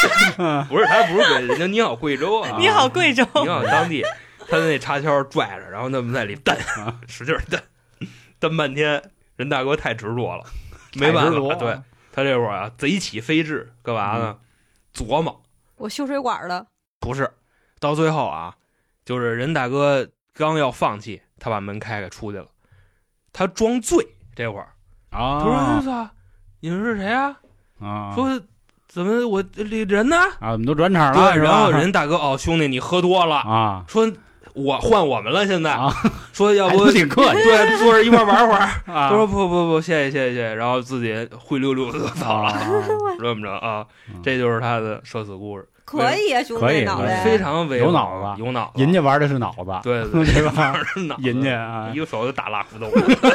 Speaker 3: 不是他不是北京，你好贵州啊，
Speaker 5: 你好，贵州。
Speaker 3: 啊你好当地。他那插销拽着，然后那么在里蹬， 使劲儿蹬，蹬半天，人大哥太执着了，没 办法，对他这会儿啊贼起飞智，干嘛呢？琢磨
Speaker 4: 我修水管的，
Speaker 3: 不是，到最后啊，就是人大哥刚要放弃，他把门开开出去了，他装醉这会儿，他说：“
Speaker 2: 啊
Speaker 3: 我操、你们是谁啊？
Speaker 2: 啊
Speaker 3: 说怎么我这人呢？”
Speaker 2: 啊，我们都转场了，
Speaker 3: 对，
Speaker 2: 是吧
Speaker 3: 然后人大哥哦，兄弟，你喝多了，
Speaker 2: 啊，
Speaker 3: 说我换我们了，现在、
Speaker 2: 啊
Speaker 3: 说要
Speaker 2: 还
Speaker 3: 哎不
Speaker 2: 都挺客气
Speaker 3: 对坐着一块儿玩会儿。
Speaker 2: 啊，
Speaker 3: 他说不不不，谢谢谢谢谢谢，然后自己灰溜溜的 走了，这么着啊
Speaker 2: 嗯，
Speaker 3: 这就是他的社死故事，
Speaker 4: 可以啊，兄
Speaker 2: 可以
Speaker 4: 弟脑
Speaker 2: 可以
Speaker 4: 袋
Speaker 3: 非常为
Speaker 2: 有脑子啊
Speaker 3: 有脑子，啊
Speaker 2: 人家玩的是脑子，
Speaker 3: 对 对
Speaker 2: 对吧？
Speaker 3: 是脑子
Speaker 2: 人家啊
Speaker 3: 一，个手就打拉胡同。 嗯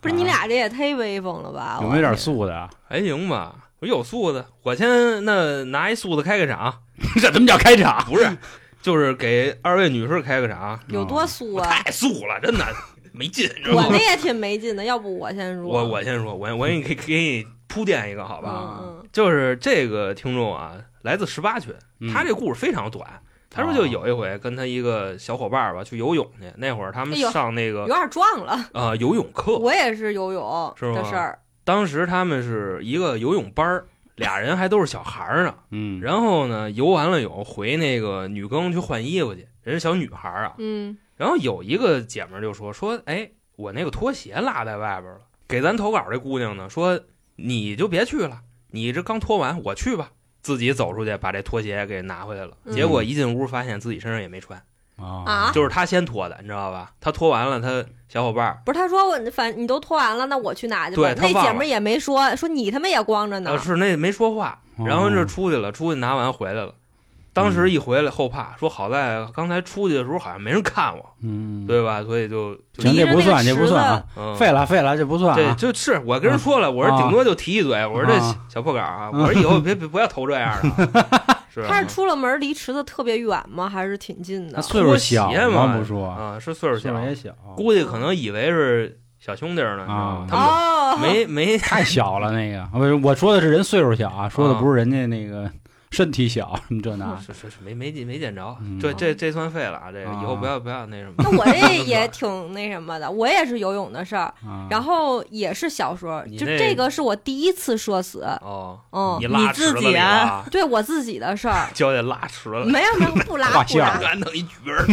Speaker 4: 不
Speaker 3: 啊
Speaker 4: 是你俩这也忒威风了吧？
Speaker 2: 有没有点素的啊？
Speaker 3: 还行吧，我有素的，我先那拿一素的开个场，
Speaker 2: 这怎么叫开场？
Speaker 3: 不是，就是给二位女士开个场，
Speaker 4: 有多
Speaker 3: 嗯
Speaker 4: 素
Speaker 3: 我
Speaker 4: 啊？
Speaker 3: 太素了，真的没劲，你知道
Speaker 4: 我
Speaker 3: 吗？
Speaker 4: 那也挺没劲的，要不我先说。
Speaker 3: 我我先说，我我给你给给你铺垫一个好吧？
Speaker 4: 嗯嗯，
Speaker 3: 就是这个听众啊，来自十八群，
Speaker 2: 嗯
Speaker 3: 他这故事非常短。他说就有一回跟他一个小伙伴儿吧去游泳去，那会儿他们
Speaker 4: 哎呦
Speaker 3: 上那个
Speaker 4: 有点撞了。
Speaker 3: 呃游泳课，
Speaker 4: 我也是游泳
Speaker 3: 是吗
Speaker 4: 这事儿，
Speaker 3: 当时他们是一个游泳班儿，俩人还都是小孩儿呢。
Speaker 2: 嗯，
Speaker 3: 然后呢，游完了泳回那个女更去换衣服去，人是小女孩儿啊。
Speaker 4: 嗯，
Speaker 3: 然后有一个姐们儿就说说，哎，我那个拖鞋落在外边了。给咱投稿这姑娘呢说，你就别去了，你这刚脱完，我去吧。自己走出去把这拖鞋给拿回来了，
Speaker 4: 嗯
Speaker 3: 结果一进屋发现自己身上也没穿，
Speaker 2: 啊
Speaker 4: 啊
Speaker 3: 就是她先脱的，你知道吧？她脱完了，她小伙伴儿，
Speaker 4: 不是他说我反你都脱完了，那我去拿去吧。
Speaker 3: 对他
Speaker 4: 那
Speaker 3: 忘了
Speaker 4: 姐们儿也没说说你他妈也光着呢
Speaker 3: 呃，，是那没说话，
Speaker 2: 哦嗯
Speaker 3: 然后就出去了，出去拿完回来了。当时一回来后怕，说好在刚才出去的时候好像没人看我，
Speaker 2: 嗯，
Speaker 3: 对吧？所以就就
Speaker 2: 行，这不算，
Speaker 4: 提着那个
Speaker 2: 这不算啊，
Speaker 3: 嗯
Speaker 2: 废了废了，这不算
Speaker 3: 对，
Speaker 2: 啊。
Speaker 3: 就是我跟人说了，我说顶多就提一嘴，我说这
Speaker 2: 啊
Speaker 3: 小破 稿啊，我说以后别别不要投这样的啊，是
Speaker 4: 他是出了门离池子特别远吗？还是挺近
Speaker 2: 他
Speaker 4: 的？
Speaker 2: 岁数小
Speaker 3: 拖鞋
Speaker 2: 嘛，
Speaker 3: 嘛
Speaker 2: 不说，
Speaker 3: 啊，是岁数
Speaker 2: 岁
Speaker 3: 小
Speaker 2: 数，也小，
Speaker 3: 估计可能以为是小兄弟呢，你知道吗
Speaker 2: 啊？
Speaker 3: 他们
Speaker 4: 哦，
Speaker 3: 没没
Speaker 2: 太小了那个。啊不是，我说的是人岁数小啊，说的不是人家那个身体小什么这那。
Speaker 3: 是是是没没见没见着
Speaker 2: 嗯，
Speaker 3: 这这这算废了啊，这个以后不要不要那 什 么。
Speaker 4: 那我这也挺那什么的，我也是游泳的事儿，
Speaker 2: 啊
Speaker 4: 嗯然后也是小时候，
Speaker 3: 你
Speaker 4: 就
Speaker 3: 那
Speaker 4: 这个是我第一次社死，
Speaker 3: 哦，
Speaker 4: 嗯，
Speaker 3: 拉
Speaker 5: 你
Speaker 3: 池
Speaker 5: 自
Speaker 3: 子
Speaker 5: 己
Speaker 3: 里了啊，，
Speaker 4: 对我自己的事儿
Speaker 3: 交代拉池了，
Speaker 4: 没有没有不拉
Speaker 2: 画
Speaker 4: 不
Speaker 2: 线
Speaker 4: 拉
Speaker 2: 儿，
Speaker 3: 敢弄一局儿。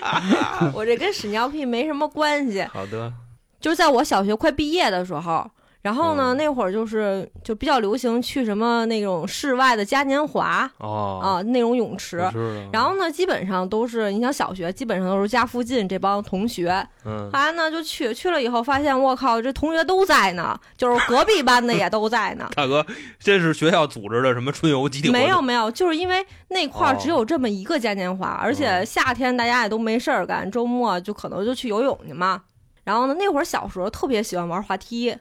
Speaker 3: 啊
Speaker 4: 我这跟屎尿屁没什么关系，
Speaker 3: 好的，
Speaker 4: 就是在我小学快毕业的时候，然后呢，
Speaker 3: 嗯
Speaker 4: 那会儿就是就比较流行去什么那种室外的嘉年华
Speaker 3: 哦
Speaker 4: 啊、那种泳池。
Speaker 3: 我知
Speaker 2: 啊
Speaker 3: 道
Speaker 4: 然后呢，基本上都是你想小学，基本上都是家附近这帮同学。
Speaker 3: 嗯。
Speaker 4: 后来呢，就去去了以后，发现我靠，这同学都在呢，就是隔壁班的也都在呢
Speaker 3: 大哥，这是学校组织的什么春游集体活动？
Speaker 4: 没有没有，就是因为那块儿
Speaker 3: 哦嗯
Speaker 4: 只有这么一个嘉年华，而且夏天大家也都没事儿干，周末就可能就去游泳去嘛。然后呢，那会儿小时候特别喜欢玩滑梯，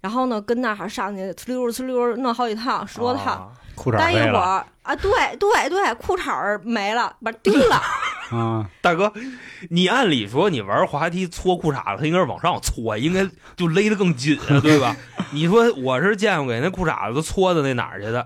Speaker 4: 然后呢跟那儿上去呲溜儿呲溜儿弄好几趟，十多趟。
Speaker 3: 啊
Speaker 2: 裤衩
Speaker 4: 但一
Speaker 2: 废
Speaker 4: 会
Speaker 2: 了
Speaker 4: 儿啊，对对对，裤衩儿没了，不是丢了。
Speaker 2: 啊，
Speaker 3: 大哥，你按理说你玩滑梯搓裤衩子，他应该是往上搓，应该就勒得更紧，啊对吧？ 你说我是见过给那裤衩子都搓到那哪儿去的，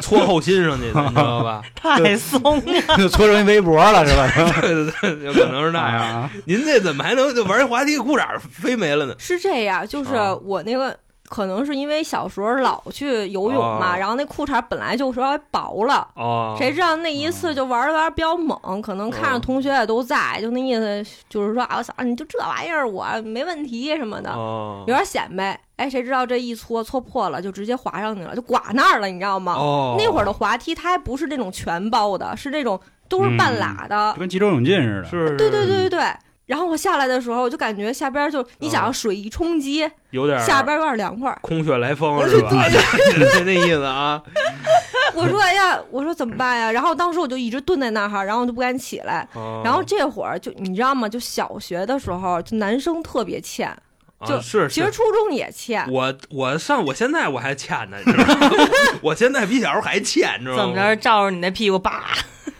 Speaker 3: 搓后心上去的，你知道吧？
Speaker 5: 太松了，
Speaker 2: 就搓成一微博了是吧？
Speaker 3: 对对对，有可 能是那
Speaker 2: 哎
Speaker 3: 样。
Speaker 2: 呀，
Speaker 3: 您这怎么还能就玩滑梯裤衩飞没了呢？
Speaker 4: 是这样，就是
Speaker 3: 啊
Speaker 4: 我那个。可能是因为小时候老去游泳嘛，
Speaker 3: 哦
Speaker 4: 然后那裤衩本来就稍微薄了，
Speaker 3: 哦，
Speaker 4: 谁知道那一次就玩儿玩儿比较猛，可能看着
Speaker 3: 嗯
Speaker 4: 同学也都在，就那意思就是说啊，我操，你就这玩意儿我没问题什么的，
Speaker 3: 哦
Speaker 4: 有点显摆。哎，谁知道这一搓搓破了，就直接滑上去了，就刮那儿了，你知道吗？
Speaker 3: 哦，
Speaker 4: 那会儿的滑梯它还不是那种全包的，是那种都是半拉的
Speaker 2: 就，跟急流勇进似的。
Speaker 3: 嗯是
Speaker 4: 对对对对对。然后我下来的时候，我就感觉下边儿就你想要水一冲击，
Speaker 3: 有点
Speaker 4: 下边儿有点凉快儿。
Speaker 3: 空穴来风是吧？那那意思啊，
Speaker 4: 我说哎呀，我说怎么办呀？然后当时我就一直蹲在那儿哈，然后我就不敢起来。
Speaker 3: 哦
Speaker 4: 然后这会儿就你知道吗？就小学的时候，就男生特别欠，
Speaker 3: 啊
Speaker 4: 就是其实
Speaker 3: 是。嗯
Speaker 4: 初中也欠。
Speaker 3: 我我上我现在我 还欠呢，你知道吗？我现在比小时候还欠，你知道吗？
Speaker 5: 怎么着照着你那屁股叭，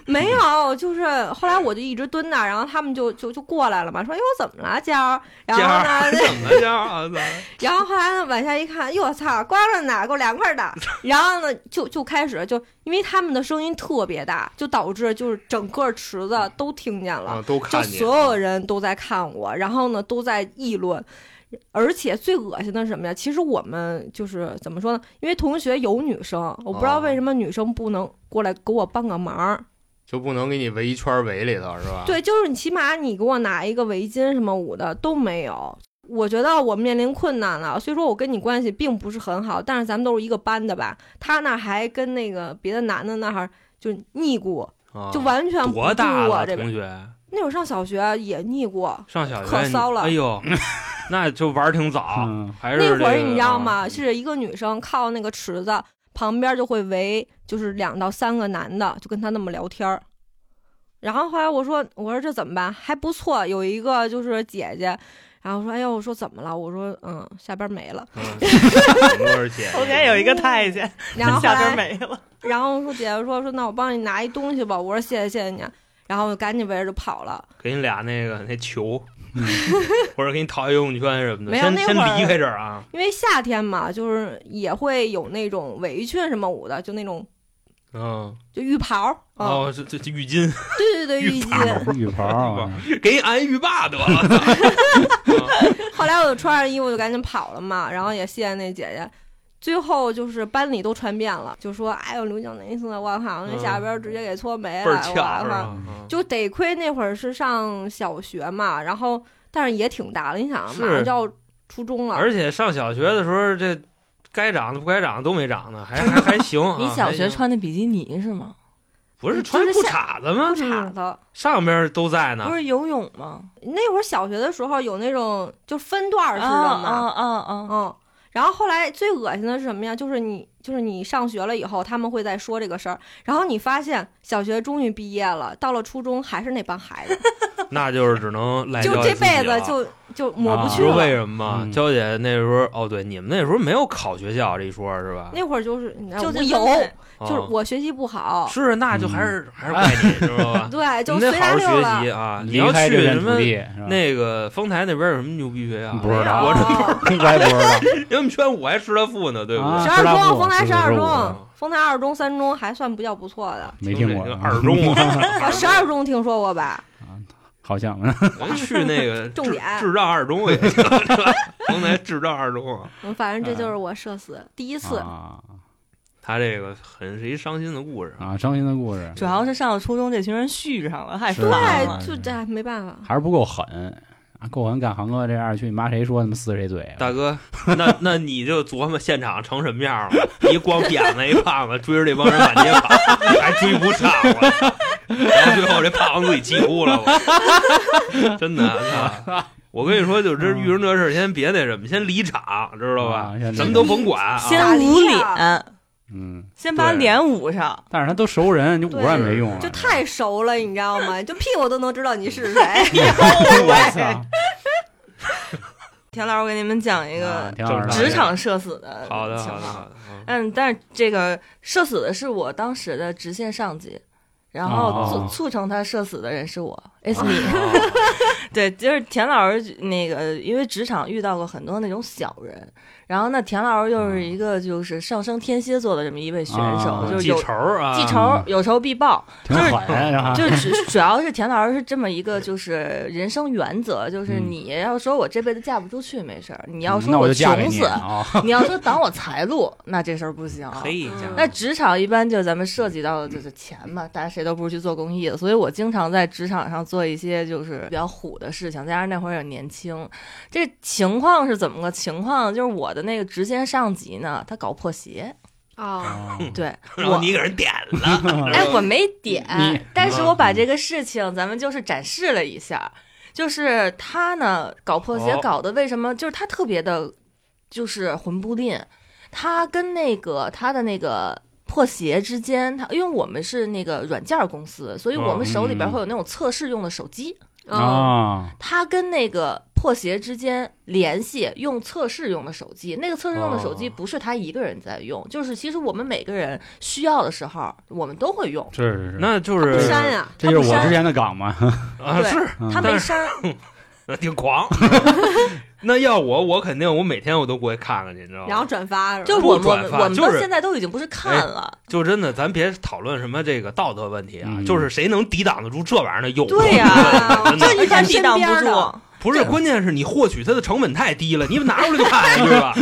Speaker 4: 没有，就是后来我就一直蹲那儿，然后他们就就就过来了嘛，说：“哎呦，怎么了，娇儿？”然
Speaker 3: 尖
Speaker 4: 后
Speaker 3: 儿
Speaker 4: 呢，
Speaker 3: 怎么尖儿啊？ 咱
Speaker 4: 然后后来呢，往下一看，哟我操，光着呢，够凉 快的。然后呢，就就开始就因为他们的声音特别大，就导致就是整个池子都听见了，
Speaker 6: 嗯
Speaker 3: 啊，都
Speaker 4: 就
Speaker 3: 看见
Speaker 4: 所有人都在看我，然后呢都在议论。而且最恶心的是什么呀？其实我们就是怎么说呢？因为同学有女生，我不知道为什么女生不能过来给我帮个忙儿。
Speaker 6: 就不能给你围一圈围里头是吧？，
Speaker 4: 对，就是你起码你给我拿一个围巾什么捂的都没有。我觉得我面临困难了，虽说我跟你关系并不是很好，但是咱们都是一个班的吧。他那还跟那个别的男的那儿就腻过，
Speaker 3: 啊
Speaker 4: 就完全不
Speaker 3: 多
Speaker 4: 顾
Speaker 3: 大
Speaker 4: 我
Speaker 3: 了，
Speaker 4: 这边
Speaker 3: 同。学
Speaker 4: 那会儿上小学也腻过，
Speaker 3: 上小学
Speaker 4: 可
Speaker 3: 你
Speaker 4: 骚了
Speaker 3: 哎 呦，那就玩儿挺早，
Speaker 2: 嗯，
Speaker 3: 还是
Speaker 4: 那会
Speaker 3: 这
Speaker 4: 儿
Speaker 3: 个啊
Speaker 4: 你知道吗？是一个女生靠那个池子旁边就会围，就是两到三个男的，就跟她那么聊天儿。然后后来我说，我说这怎么办？还不错，有一个就是姐姐。然后我说，哎呦，我说怎么了？我说，嗯，下边没 了。
Speaker 3: 嗯很多人 姐
Speaker 5: 中间有一个太监，
Speaker 4: 然后后
Speaker 5: 下边
Speaker 4: 来，
Speaker 5: 没了。
Speaker 4: 然后说姐姐说说，那我帮你拿一东西吧。我说谢谢谢谢你。然后我赶紧围着就跑了。
Speaker 3: 给你俩那个那球
Speaker 2: 嗯，
Speaker 3: 或者给你套一游泳圈什么的，
Speaker 4: 没有
Speaker 3: 先
Speaker 4: 那
Speaker 3: 先
Speaker 4: 会儿
Speaker 3: 离开这儿啊。
Speaker 4: 因为夏天嘛，就是也会有那种围裙什么舞的，就那种
Speaker 3: 嗯，
Speaker 4: 就浴袍儿啊，
Speaker 3: 哦，这这这浴巾，
Speaker 4: 对对对，
Speaker 3: 浴
Speaker 4: 浴
Speaker 3: 袍
Speaker 4: 巾
Speaker 3: 儿。
Speaker 2: 浴袍啊，
Speaker 3: 给你安浴霸得了。
Speaker 4: 后来我就穿上衣服就赶紧跑了嘛，然后也谢谢那姐姐。最后就是班里都传遍了，就说：“哎呦，刘景那意思，我靠，那下边直接给搓
Speaker 3: 嗯
Speaker 4: 没
Speaker 3: 倍
Speaker 4: 哎了，
Speaker 3: 儿巧是
Speaker 4: 我靠！”
Speaker 3: 吧？嗯
Speaker 4: 就得亏那会儿是上小学嘛，然后但是也挺大了，你想啊马
Speaker 3: 是
Speaker 4: 上就要初中了，
Speaker 3: 而且上小学的时候，这该长的不该长的都没长呢，还还还 行啊。
Speaker 5: 你小学
Speaker 3: 还行
Speaker 5: 穿的比基尼是吗？
Speaker 3: 不是
Speaker 4: 就
Speaker 3: 穿
Speaker 4: 是
Speaker 3: 裤
Speaker 4: 下
Speaker 3: 衩子吗？
Speaker 4: 裤衩子。
Speaker 3: 上边都在呢
Speaker 5: 不。是游泳吗？
Speaker 4: 那会儿小学的时候有那种就分段式
Speaker 5: 啊
Speaker 4: 的嘛，
Speaker 5: 啊啊啊！
Speaker 4: 嗯，然后后来最恶心的是什么呀？就是你，就是你上学了以后，他们会再说这个事儿，然后你发现小学终于毕业了，到了初中还是那帮孩 子，
Speaker 3: 那就是只能赖
Speaker 4: 就
Speaker 3: 娇姐
Speaker 4: 这
Speaker 3: 自己
Speaker 4: 辈子
Speaker 3: 了
Speaker 4: 就就抹不
Speaker 3: 你
Speaker 4: 去
Speaker 3: 知道
Speaker 4: 了。
Speaker 3: 啊为什么吗？
Speaker 2: 嗯
Speaker 3: 娇姐那时候，哦，对，你们那时候没有考学校这一说是吧？
Speaker 4: 那会儿就是，你知道
Speaker 5: 哎就
Speaker 4: 我
Speaker 5: 这
Speaker 4: 有，
Speaker 5: 分类
Speaker 4: 就是
Speaker 3: 哦
Speaker 4: 我学习不好，？
Speaker 3: 是，啊那就还是还是怪你知道吧
Speaker 4: 对，
Speaker 3: 你
Speaker 4: 就随
Speaker 3: 得
Speaker 4: 大
Speaker 3: 好
Speaker 4: 溜
Speaker 3: 好学
Speaker 4: 了
Speaker 3: 习。啊！你
Speaker 2: 嗯离
Speaker 3: 要
Speaker 2: 开
Speaker 3: 去
Speaker 2: 这片
Speaker 3: 什
Speaker 2: 土
Speaker 3: 么
Speaker 2: 地是吧？
Speaker 3: 那个丰台那边有什么牛逼学校？啊
Speaker 2: 不知道
Speaker 3: 我这
Speaker 4: 道，
Speaker 2: 我也不知道，
Speaker 3: 你们圈我还吃了富呢，对不
Speaker 2: 啊
Speaker 3: 对？
Speaker 4: 十二
Speaker 2: 十大
Speaker 4: 中，
Speaker 2: 附
Speaker 4: 丰台
Speaker 2: 十
Speaker 4: 十二
Speaker 2: 五
Speaker 4: 中，丰台二中、三中还算比较不 错的。
Speaker 2: 没听过嗯
Speaker 3: 这个二中 啊，
Speaker 4: 啊，十二中听说过吧？
Speaker 2: 好像啊
Speaker 3: 咱去那 个
Speaker 4: 重
Speaker 3: 智
Speaker 4: 点
Speaker 3: 智障二中也行，是吧？ 丰台智障二中啊，
Speaker 4: 嗯，反正这就是我社死第一次。
Speaker 2: 啊
Speaker 3: 他这个很是一伤心的故事啊。
Speaker 2: 啊，伤心的故事
Speaker 5: 主要是上了初中，这群人续上了，太
Speaker 2: 是
Speaker 5: 烦
Speaker 3: 啊
Speaker 5: 了。
Speaker 4: 对，就这哎没办法。
Speaker 2: 还是不够狠啊，够狠干航哥这样去，你妈谁说他妈撕谁嘴？啊
Speaker 3: 大哥， 那那你就琢磨现场成什么样了？一光扁子，一胖子追着这帮人满街跑，还追不上我。然后最后这胖子自己气哭了，我真的。啊我跟你说，就这遇上这事儿，先别那什么，先离场，知道吧
Speaker 2: 啊先？离
Speaker 3: 什么都甭管啊。
Speaker 4: 打
Speaker 5: 先
Speaker 4: 理
Speaker 5: 捂
Speaker 4: 呀
Speaker 5: 脸，
Speaker 2: 嗯，
Speaker 5: 先把
Speaker 3: 对
Speaker 5: 脸捂上。
Speaker 2: 但是他都熟人，就捂上也没用啊，
Speaker 4: 就太熟了，你知道吗？就屁股都能知道你是谁。
Speaker 2: 我 操！
Speaker 5: 田老师，我给你们讲一
Speaker 2: 啊
Speaker 5: 个
Speaker 2: 挺好的
Speaker 5: 职场社死的情况。
Speaker 3: 好的，好的，好的。嗯
Speaker 5: 嗯，但是这个社死的是我当时的直线上级，然后促、
Speaker 2: 哦
Speaker 5: 促成他社死的人是我，it's me。
Speaker 3: 哦
Speaker 5: 对，就是田老师那个，因为职场遇到过很多那种小人，然后呢，田老师又是一个就是上升天蝎座的这么一位选手，
Speaker 2: 嗯啊
Speaker 5: 就是
Speaker 3: 记
Speaker 5: 有
Speaker 3: 仇儿啊，
Speaker 5: 记仇有仇必报，
Speaker 2: 挺狠啊，
Speaker 5: 就是主 主要是田老师是这么一个就是人生原则，就是
Speaker 2: 嗯
Speaker 5: 你要说我这辈子嫁不出去没事儿，你要
Speaker 2: 那
Speaker 5: 说
Speaker 2: 我就嫁给
Speaker 5: 穷
Speaker 2: 你
Speaker 5: 死，
Speaker 2: 啊！
Speaker 5: 你要说挡我财路，那这事儿不行。
Speaker 3: 嘿家伙
Speaker 5: 啊那职场一般就咱们涉及到的就是钱嘛，大家谁都不是去做公益的，所以我经常在职场上做一些就是比较虎的事情，再加上那会儿也年轻。这情况是怎么个情况？就是我的那个直线上级呢，他搞破鞋，
Speaker 4: 啊，
Speaker 2: 啊
Speaker 5: 对
Speaker 3: 然后
Speaker 5: 我
Speaker 3: 你给人点 了，
Speaker 5: 哎，我没点
Speaker 2: 嗯你，嗯
Speaker 5: 但是我把这个事情咱们就是展示了一下，就是他呢搞破鞋
Speaker 3: 哦
Speaker 5: 搞的为什么？就是他特别的，就是魂不吝，他跟那个他的那个。破鞋之间，他因为我们是那个软件公司，所以我们手里边
Speaker 2: 哦嗯
Speaker 5: 会有那种测试用的手机。
Speaker 4: 嗯，
Speaker 2: 啊，
Speaker 5: 他跟那个破鞋之间联系，用测试用的手机。那个测试用的手机
Speaker 6: 哦
Speaker 5: 不是他一个人在用，就是其实我们每个人需要的时候，我们都会用。
Speaker 2: 是是是，
Speaker 3: 那就
Speaker 4: 不
Speaker 3: 是
Speaker 4: 删呀，
Speaker 2: 这就是我之前的岗嘛，
Speaker 3: 啊，
Speaker 5: 对
Speaker 3: 是
Speaker 5: 他没删，
Speaker 3: 挺 狂。那要我，我肯定我每天我都过去看看去，你知道吗？
Speaker 4: 然后转发是吧
Speaker 5: 就是
Speaker 3: 不
Speaker 5: 我们我
Speaker 3: 转
Speaker 5: 们
Speaker 3: 发
Speaker 5: 我们
Speaker 3: 就
Speaker 5: 到
Speaker 3: 是
Speaker 5: 现在都已经不是看了，
Speaker 3: 就真的，咱别讨论什么这个道德问题啊，
Speaker 2: 嗯
Speaker 3: 就是谁能抵挡得住这玩意儿的诱惑？
Speaker 5: 对呀
Speaker 4: 啊
Speaker 3: 真的
Speaker 5: 一般
Speaker 4: 你
Speaker 5: 抵
Speaker 4: 身
Speaker 5: 挡不
Speaker 4: 边的
Speaker 5: 住，
Speaker 3: 不是，关键是你获取它的成本太低了，你拿出来就看， 对吧？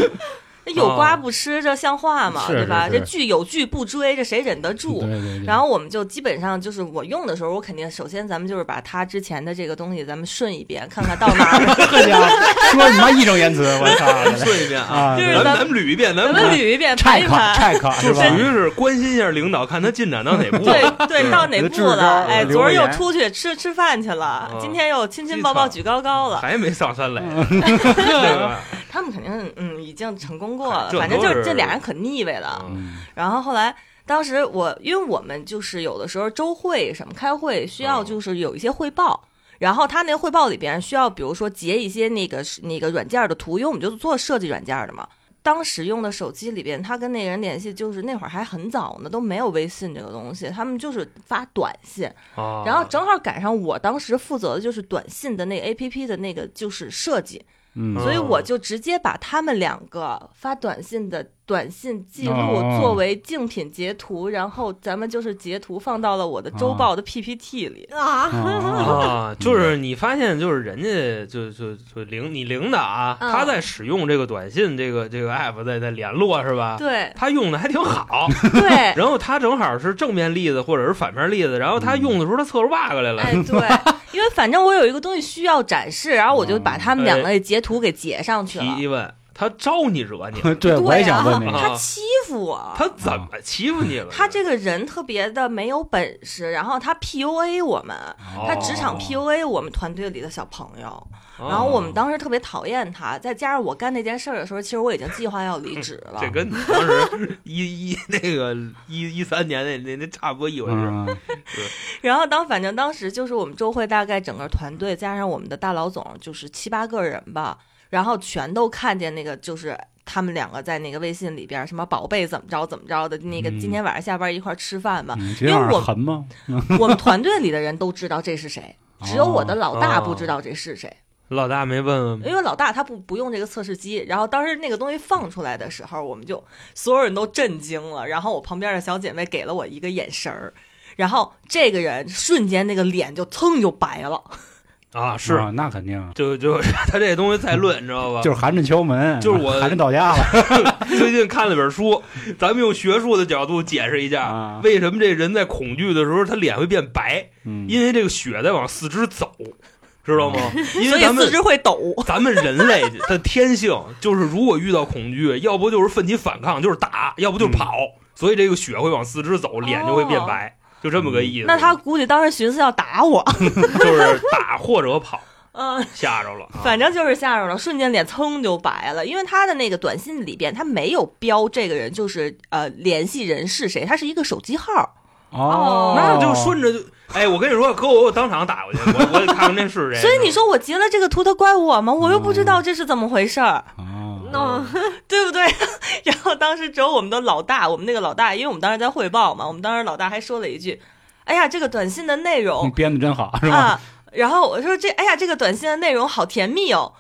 Speaker 5: 那有瓜不吃，这像话吗？
Speaker 2: 是
Speaker 5: 对吧？
Speaker 2: 是
Speaker 5: 这
Speaker 2: 是
Speaker 5: 剧有剧不追，这谁忍得 住？
Speaker 2: 对对对。
Speaker 5: 然后我们就基本上就是我用的时候，我肯定首先咱们就是把它之前的这个东西咱们顺一遍，看看到哪 儿，
Speaker 2: 这家伙说你妈义正言辞，我 操！
Speaker 3: 顺一遍啊，
Speaker 2: 啊，
Speaker 5: 就是
Speaker 3: 咱
Speaker 5: 咱
Speaker 3: 咱们捋一遍，咱
Speaker 5: 咱
Speaker 3: 们
Speaker 5: 们捋一遍，
Speaker 2: 拆
Speaker 5: 盘一
Speaker 2: 卡
Speaker 5: 盘。
Speaker 2: 拆卡
Speaker 3: 就是属
Speaker 2: 吧？
Speaker 3: 于是关心一下领导，看他进展到哪步。
Speaker 5: 对对，到哪
Speaker 2: 有的
Speaker 5: 步
Speaker 2: 制高
Speaker 5: 了？
Speaker 2: 有
Speaker 5: 哎，
Speaker 2: 留
Speaker 5: 昨儿又
Speaker 2: 言
Speaker 5: 出去吃吃饭去了，
Speaker 3: 嗯
Speaker 5: 今天又亲亲抱抱举高高了。
Speaker 3: 还没上三 垒，对吧？
Speaker 5: 他们肯定嗯已经成功过了，
Speaker 3: 这
Speaker 5: 反正就
Speaker 3: 都
Speaker 5: 是
Speaker 3: 是
Speaker 5: 这俩人可腻歪了。
Speaker 2: 嗯
Speaker 5: 然后后来，当时我因为我们就是有的时候周会什么开会需要
Speaker 3: 嗯
Speaker 5: 就是有一些汇报，然后他那个汇报里边需要比如说截一些那个是那个软件的图，因为我们就做设计软件的嘛。当时用的手机里边，他跟那个人联系，就是那会儿还很早呢，都没有微信这个东西，他们就是发短信，
Speaker 3: 啊
Speaker 5: 然后正好赶上我当时负责的就是短信的那个 A P P 的那个就是设计，
Speaker 2: 嗯，
Speaker 5: 所以我就直接把他们两个发短信的短信记录
Speaker 2: 哦
Speaker 5: 作为竞品截图，然后咱们就是截图放到了我的周
Speaker 2: 哦
Speaker 5: 报的 PPT 里。
Speaker 4: 啊，
Speaker 3: 啊，就是你发现，就是人家就就就领你领导啊，
Speaker 5: 嗯
Speaker 3: 他在使用这个短信这个这个 app 在在联络是
Speaker 2: 啊
Speaker 3: 吧？
Speaker 5: 对
Speaker 3: 他用的还挺 好，
Speaker 5: 对，
Speaker 3: 然后他正好是正面例子或者是反面例子，然后他用的时候他测出 bug 来了，
Speaker 5: 哎对，因为反正我有一个东西需要展示，然后我就把他
Speaker 2: 嗯
Speaker 5: 们两个的截图给截上去了啊
Speaker 3: 提。一问，他招你惹你了？
Speaker 2: 对，哎我也想问这
Speaker 3: 啊
Speaker 2: 个，
Speaker 5: 他欺负我，
Speaker 3: 他怎么欺负你了？
Speaker 5: 他这个人特别的没有本事，然后他 PUA 我们，他职
Speaker 2: 哦
Speaker 5: 场 PUA 我们团队里的小朋友。
Speaker 3: 哦，
Speaker 5: 然后我们当时特别讨厌他，再加上我干那件事儿的时候，其实我已经计划要离职 了。
Speaker 3: 这跟你当时一 一那个一一三年那那那差不多一回事。
Speaker 2: 嗯，
Speaker 5: 然后当反正当时就是我们周会大概整个团队加上我们的大老总就是七八个人吧，然后全都看见那个就是。他们两个在那个微信里边儿什么宝贝怎么着怎么着的，那个
Speaker 2: 嗯
Speaker 5: 今天晚上下班一块儿吃饭嘛。
Speaker 2: 嗯觉得有
Speaker 5: 因为我
Speaker 2: 点狠吗？
Speaker 5: 我们团队里的人都知道这 是谁，只有我的老
Speaker 3: 哦
Speaker 5: 大不知道这是谁。
Speaker 3: 老大没问问吗？
Speaker 5: 因为老大他不不用这个测试机，然后当时那个东西放出来的时候，我们就所有人都震惊了。然后我旁边的小姐妹给了我一个眼神儿，然后这个人瞬间那个脸就腾就白了。
Speaker 3: 啊，是
Speaker 2: 啊那肯定啊，
Speaker 3: 就就他这东西再论，你知道吧？
Speaker 2: 就是含着敲门，啊
Speaker 3: 就是我
Speaker 2: 含着到家 了
Speaker 3: 最近看了本书，咱们用学术的角度解释一下，
Speaker 2: 啊，
Speaker 3: 为什么这人在恐惧的时候他脸会变白，
Speaker 2: 嗯，
Speaker 3: 因为这个血在往四肢走，知道吗？因
Speaker 5: 嗯所
Speaker 3: 为
Speaker 5: 以
Speaker 3: 咱
Speaker 5: 四
Speaker 3: 们
Speaker 5: 肢会抖，
Speaker 3: 咱们人类的天性就是，如果遇到恐惧，要不就是奋起反抗，就是打，要不就是
Speaker 5: 嗯
Speaker 3: 跑，所以这个血会往四肢走，脸就会变白，就这么个意思。
Speaker 5: 哦嗯那他估计当时寻思要打我，
Speaker 3: 就是打或者跑，
Speaker 5: 嗯，
Speaker 3: 吓着了啊。
Speaker 5: 反正就是吓着了，瞬间脸噌就白了。因为他的那个短信里边他没有标这个人就是呃联系人是谁，他是一个手机号，
Speaker 2: 哦，
Speaker 3: 那就顺着就，哎，我跟你说，哥，我当场打过去，我我得看看那是谁。
Speaker 5: 所以你说我截了这个图，他怪我吗？我又不知
Speaker 3: 嗯
Speaker 5: 道这是怎么回事儿。
Speaker 2: 哦，
Speaker 4: 那
Speaker 5: 对不对？ 然后当时只有我们的老大，我们那个老大，因为我们当时在汇报嘛，我们当时老大还说了一句：“哎呀，这个短信的内
Speaker 2: 你
Speaker 5: 容
Speaker 3: 嗯
Speaker 2: 编的真好，是吧？
Speaker 5: 啊。”然后我说：“这哎呀，这个短信的内容好甜蜜哦。”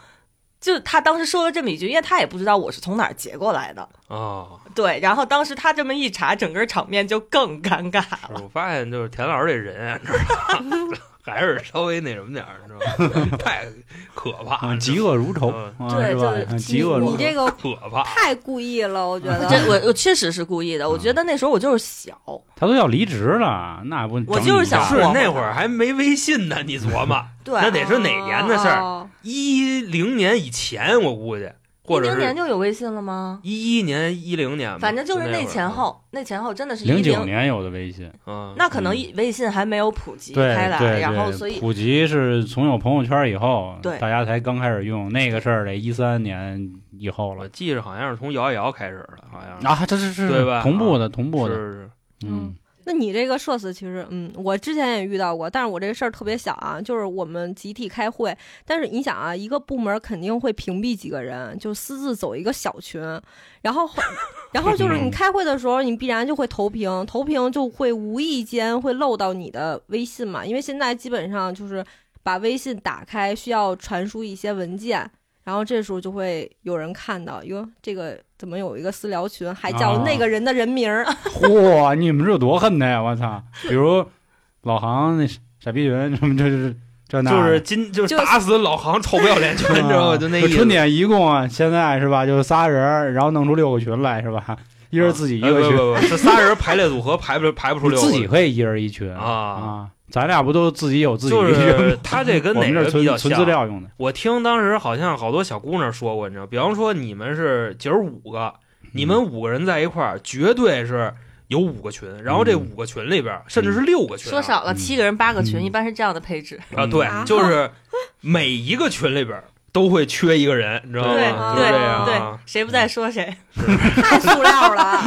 Speaker 5: 就他当时说了这么一句，因为他也不知道我是从哪儿截过来的，
Speaker 3: 啊，
Speaker 5: 对。然后当时他这么一查，整个场面就更尴尬
Speaker 3: 是
Speaker 5: 了。
Speaker 3: 我发现就是田老师这人啊，你知 道吗？还是稍微那什么点儿，你知道吗？ 太可怕
Speaker 2: 啊，
Speaker 3: 了，
Speaker 2: 嫉恶如仇，
Speaker 3: 嗯
Speaker 2: 啊
Speaker 5: 对
Speaker 2: 是吧
Speaker 5: 就是？
Speaker 2: 啊嫉恶如
Speaker 4: 你
Speaker 2: 仇，
Speaker 4: 这个
Speaker 3: 可怕。
Speaker 4: 太故意了，我觉得。
Speaker 5: 这我我确实是故意的，
Speaker 3: 嗯
Speaker 5: 我觉得那时候我就是小，
Speaker 2: 他都要离职了，那不
Speaker 5: 我就是想
Speaker 3: 是
Speaker 5: 我
Speaker 3: 那会儿还没微信呢，你琢磨
Speaker 5: 对，
Speaker 3: 那得是哪年的事儿
Speaker 4: 哦
Speaker 3: 一零年以前，我估计，或者
Speaker 5: 零年
Speaker 3: 是
Speaker 5: 就有微信了吗？
Speaker 3: 一一年、一零年吧，
Speaker 5: 反正就是
Speaker 3: 那
Speaker 5: 那
Speaker 3: 会儿啊
Speaker 5: 前，后，那前后真的是一
Speaker 2: 零
Speaker 5: 零
Speaker 2: 九年有的微信，
Speaker 3: 嗯，
Speaker 5: 那可能
Speaker 2: 嗯
Speaker 5: 一微信还没有普及
Speaker 2: 对
Speaker 5: 开来，
Speaker 2: 对
Speaker 5: 然后
Speaker 2: 对
Speaker 5: 所以
Speaker 2: 普及是从有朋友圈以后，
Speaker 5: 对
Speaker 2: 大家才刚开始用那个事儿，得一三年以后
Speaker 3: 我
Speaker 2: 了
Speaker 3: 记着好像是从摇一摇开始的，好像是
Speaker 2: 啊啊，这是是
Speaker 3: 对吧
Speaker 2: 同步的，同步的，
Speaker 3: 是
Speaker 2: 嗯，
Speaker 4: 那你这个社死，其实，嗯，我之前也遇到过，但是我这个事儿特别小啊，就是我们集体开会，但是你想啊，一个部门肯定会屏蔽几个人，就私自走一个小群，然后，然后就是你开会的时候，你必然就会投屏，投屏就会无意间会漏到你的微信嘛，因为现在基本上就是把微信打开需要传输一些文件。然后这时候就会有人看到，哟，这个怎么有一个私聊群，还叫
Speaker 2: 啊
Speaker 4: 那个人的人名儿？
Speaker 2: 嚯，你们这有多恨他呀！我操，比如老杭那傻逼云什么，这这这那，
Speaker 3: 就是今就是
Speaker 4: 就
Speaker 3: 打死老行臭不要脸群，
Speaker 2: 啊
Speaker 3: 你知道吗？就那意思。
Speaker 2: 春点一共啊，现在是吧，就仨人儿，然后弄出六个群来是吧？一人自己一
Speaker 3: 哎
Speaker 2: 个
Speaker 3: 不
Speaker 2: 群，
Speaker 3: 不不，这仨人排列组合排不排不出
Speaker 2: 你
Speaker 3: 六个
Speaker 2: 自己可以一人一群
Speaker 3: 啊
Speaker 2: 啊。咱俩不都自己有自己
Speaker 3: 就
Speaker 2: 一群吗
Speaker 3: 是？他 这跟
Speaker 2: 我
Speaker 3: 哪
Speaker 2: 们这
Speaker 3: 个
Speaker 2: 儿
Speaker 3: 比
Speaker 2: 存
Speaker 3: 较
Speaker 2: 存
Speaker 3: 像
Speaker 2: 资？料用的，
Speaker 3: 我听当时好像好多小姑娘说过，你知道，比方说你们是姐儿五个，
Speaker 2: 嗯
Speaker 3: 你们五个人在一块儿，绝对是有五个群，然后这五个群里边儿，甚至是六个群、啊，
Speaker 5: 说少了
Speaker 2: 嗯
Speaker 5: 七个人八个群，
Speaker 2: 嗯
Speaker 5: 一般是这样的配置。
Speaker 3: 啊？对
Speaker 4: 啊，
Speaker 3: 就是每一个群里边儿都会缺一个人，你知道吗？
Speaker 5: 对
Speaker 3: 哦就
Speaker 5: 对
Speaker 3: 这样
Speaker 5: 对
Speaker 3: 啊，，
Speaker 5: 谁不在说谁？
Speaker 4: 太塑料了。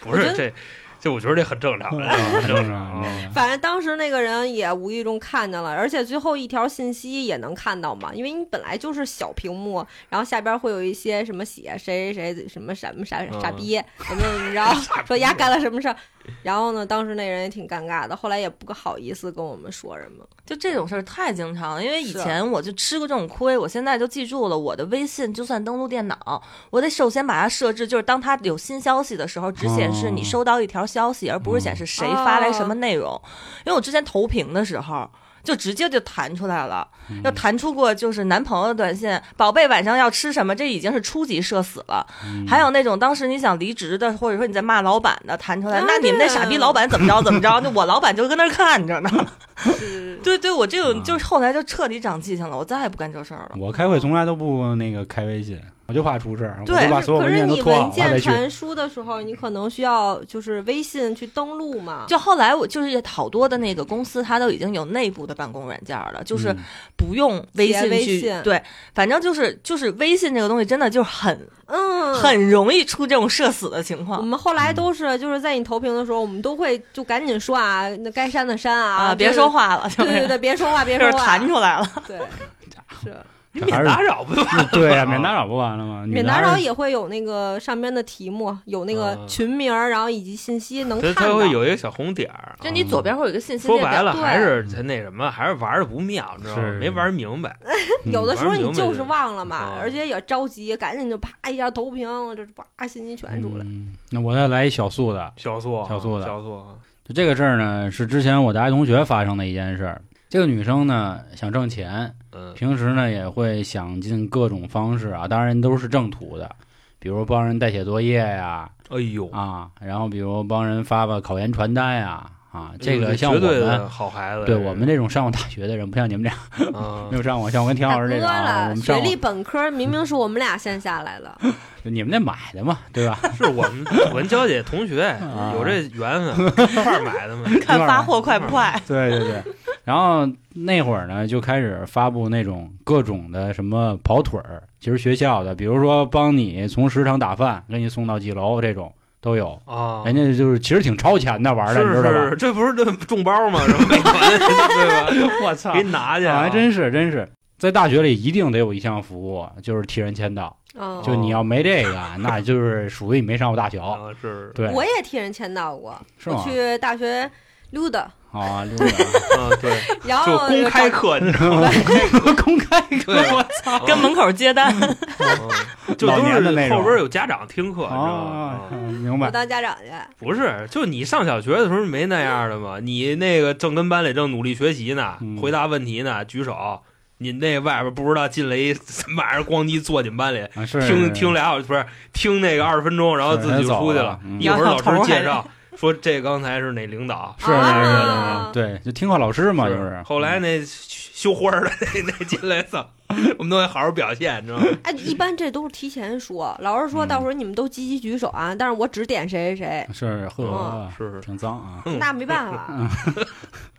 Speaker 3: 不
Speaker 4: 我
Speaker 3: 是
Speaker 4: 觉得
Speaker 3: 这这，我觉得这很正常，
Speaker 2: 嗯
Speaker 3: 很正常啊。
Speaker 4: 反正当时那个人也无意中看见了，而且最后一条信息也能看到嘛，因为你本来就是小屏幕，然后下边会有一些什么写谁谁谁什么什么傻
Speaker 3: 嗯
Speaker 4: 傻逼怎么怎么着，说丫干了什么事儿，然后呢，当时那人也挺尴尬的，后来也不好意思跟我们说什么。
Speaker 5: 就这种事儿太经常了，因为以
Speaker 4: 是
Speaker 5: 前我就吃过这种亏，我现在就记住了，我的微信就算登录电脑，我得首先把它设置，就是当它有新消息的时候，只显示你收到一条消息，而不是显示谁
Speaker 4: 嗯
Speaker 5: 发来
Speaker 4: 哦
Speaker 5: 什么内容。因为我之前投屏的时候。就直接就弹出来了，就弹出过就是男朋友的短信，宝贝晚上要吃什么，这已经是初级社死了。
Speaker 2: 嗯
Speaker 5: 还有那种当时你想离职的，或者说你在骂老板的，弹出来，
Speaker 4: 啊
Speaker 5: 那你们那
Speaker 4: 对
Speaker 5: 傻逼老板怎么着怎么着，那我老板就跟那儿看着呢。
Speaker 4: 是
Speaker 5: 对对，我这种
Speaker 2: 啊
Speaker 5: 就是后来就彻底长记性了，我再也不干这事儿了。
Speaker 2: 我开会从来都不那个开微信，我就怕出事儿，我
Speaker 5: 对
Speaker 2: 就把所有
Speaker 4: 可
Speaker 2: 文
Speaker 4: 是
Speaker 2: 件都
Speaker 4: 你
Speaker 2: 拖好
Speaker 4: 文
Speaker 2: 了啊再
Speaker 4: 件
Speaker 2: 去。
Speaker 4: 传输的时候，你可能需要就是微信去登录嘛，
Speaker 5: 就后来我就是好多的那个公司，它都已经有内部的办公软件了，就是
Speaker 2: 嗯
Speaker 5: 不用微
Speaker 4: 写
Speaker 5: 信
Speaker 4: 微
Speaker 5: 去
Speaker 4: 信
Speaker 5: 对，反正就是就是微信这个东西真的就是很、
Speaker 4: 嗯，
Speaker 5: 很容易出这种社死的情
Speaker 4: 我
Speaker 5: 况
Speaker 4: 们后来都是，就是在你投屏的时候，我们都会就赶紧说啊，那该删的删啊，
Speaker 5: 啊，别
Speaker 4: 就是
Speaker 5: 说。话了，就
Speaker 4: 对对
Speaker 5: 是
Speaker 4: 对，别说话，别
Speaker 5: 就
Speaker 4: 说
Speaker 5: 是
Speaker 4: 话。
Speaker 5: 弹出来了。
Speaker 4: 对，是
Speaker 3: 你
Speaker 2: 这还是
Speaker 3: 免
Speaker 2: 嗯
Speaker 3: 打扰不就完了吗？
Speaker 2: 对呀，啊免打扰不完了吗？女
Speaker 4: 免
Speaker 2: 的
Speaker 4: 打
Speaker 2: 还
Speaker 4: 扰
Speaker 2: 是
Speaker 4: 也会有那个上边的题目，有那个
Speaker 3: 啊
Speaker 4: 群名儿，然后以及信息能
Speaker 3: 它
Speaker 4: 看
Speaker 3: 它
Speaker 4: 到。
Speaker 3: 会有一个小红点儿。啊
Speaker 5: 就你左边会有一个信息
Speaker 3: 说
Speaker 5: 列
Speaker 3: 白
Speaker 5: 表，
Speaker 3: 了，
Speaker 4: 对
Speaker 3: 还是他那什么，还是玩的不妙，你知道吗？
Speaker 2: 是
Speaker 3: 没玩明白。
Speaker 2: 嗯
Speaker 4: 有的时候你就是忘
Speaker 3: 玩儿
Speaker 4: 了
Speaker 3: 明
Speaker 4: 嘛
Speaker 3: 白，就
Speaker 4: 而且也着急，赶紧就啪一下投屏，这啪信息全出来。
Speaker 2: 嗯那我再来一小速的，
Speaker 3: 小苏啊，
Speaker 2: 小苏的
Speaker 3: 小苏啊，
Speaker 2: 就这个事儿呢，是之前我大学同学发生的一件事儿。这个女生呢想挣钱，
Speaker 3: 嗯，
Speaker 2: 平时呢也会想尽各种方式啊，当然都是正途的，比如帮人代写作业呀
Speaker 3: 哎呦，
Speaker 2: 啊，然后比如帮人发发考研传单呀啊，这
Speaker 3: 哎
Speaker 2: 个
Speaker 3: 呦
Speaker 2: 像我
Speaker 3: 绝对
Speaker 2: 们
Speaker 3: 的好孩子，
Speaker 2: 对我们这种上过大学的人，不像你们这样
Speaker 3: 这 啊
Speaker 2: 没，有上过，像我跟田
Speaker 4: 大
Speaker 2: 老
Speaker 4: 哥
Speaker 2: 师这种啊，我
Speaker 4: 了，
Speaker 2: 们
Speaker 4: 学
Speaker 2: 上
Speaker 4: 历本科明明是我们俩先下来的，
Speaker 2: 过你们那买的嘛，对吧？
Speaker 3: 是我们我跟娇姐同学
Speaker 2: 啊
Speaker 3: 有这缘分，一块儿买 的嘛。
Speaker 5: 看发货快不快。
Speaker 2: 对对对。然后那会儿呢，就开始发布那种各种的什么跑腿儿，其实学校的，比如说帮你从食堂打饭，给你送到几楼这种都有。
Speaker 3: 啊，
Speaker 2: 人家就是其实挺超前的哎玩儿的，
Speaker 3: 是
Speaker 2: 你知道
Speaker 3: 是，
Speaker 2: 吧？
Speaker 3: 是这不是这中包吗？这美团 对 吧？
Speaker 2: 我操
Speaker 3: 给你拿去啊，
Speaker 2: 还哎真是真是，在大学里一定得有一项服务，就是替人签到。
Speaker 4: 嗯，
Speaker 3: 哦
Speaker 2: 就你要没这个， 那就是属于你没上过大学。
Speaker 3: 啊，是
Speaker 2: 对，
Speaker 4: 我也替人签到过，
Speaker 2: 是
Speaker 4: 我
Speaker 2: 吗？
Speaker 4: 去大学溜达，
Speaker 2: 啊，溜达
Speaker 3: 啊， 对，
Speaker 4: 然
Speaker 3: 就
Speaker 4: 后
Speaker 3: 公开课，你知道吗？
Speaker 2: 啊公开
Speaker 3: 对， 我操
Speaker 5: 跟门口接单，
Speaker 3: 嗯就
Speaker 2: 老
Speaker 3: 都
Speaker 2: 年的那
Speaker 3: 是
Speaker 2: 种
Speaker 3: 后边有家长听课，你知道吗
Speaker 2: 啊，
Speaker 3: 啊？
Speaker 2: 明
Speaker 4: 我
Speaker 2: 白。
Speaker 4: 当家长去。
Speaker 3: 不是，就你上小学的时候没那样的吗？你那个正跟班里正努力学习呢
Speaker 2: 嗯，
Speaker 3: 回答问题呢，举手。你那外边不知道进来 一什么玩意儿，咣叽坐你们班里，
Speaker 2: 啊是
Speaker 3: 听听俩小时，不是听那个二十分钟，然后自己就出
Speaker 2: 是人
Speaker 3: 去了
Speaker 2: 走了嗯。
Speaker 3: 一会儿老
Speaker 5: 然后头
Speaker 3: 师
Speaker 5: 还
Speaker 3: 介绍说这刚才是哪领导，
Speaker 2: 是是
Speaker 4: 啊
Speaker 2: 是，对，就听话老师嘛，就是。
Speaker 3: 后来那修花儿的 那那进来，操， 我们都得好好表现，你知道吗？
Speaker 4: 哎，一般这都是提前说，老师说
Speaker 2: 嗯
Speaker 4: 到时候你们都积极举手啊，但是我只点谁谁
Speaker 2: 是呵
Speaker 4: 嗯，
Speaker 3: 是
Speaker 2: 挺脏啊。
Speaker 4: 谁，那没办法。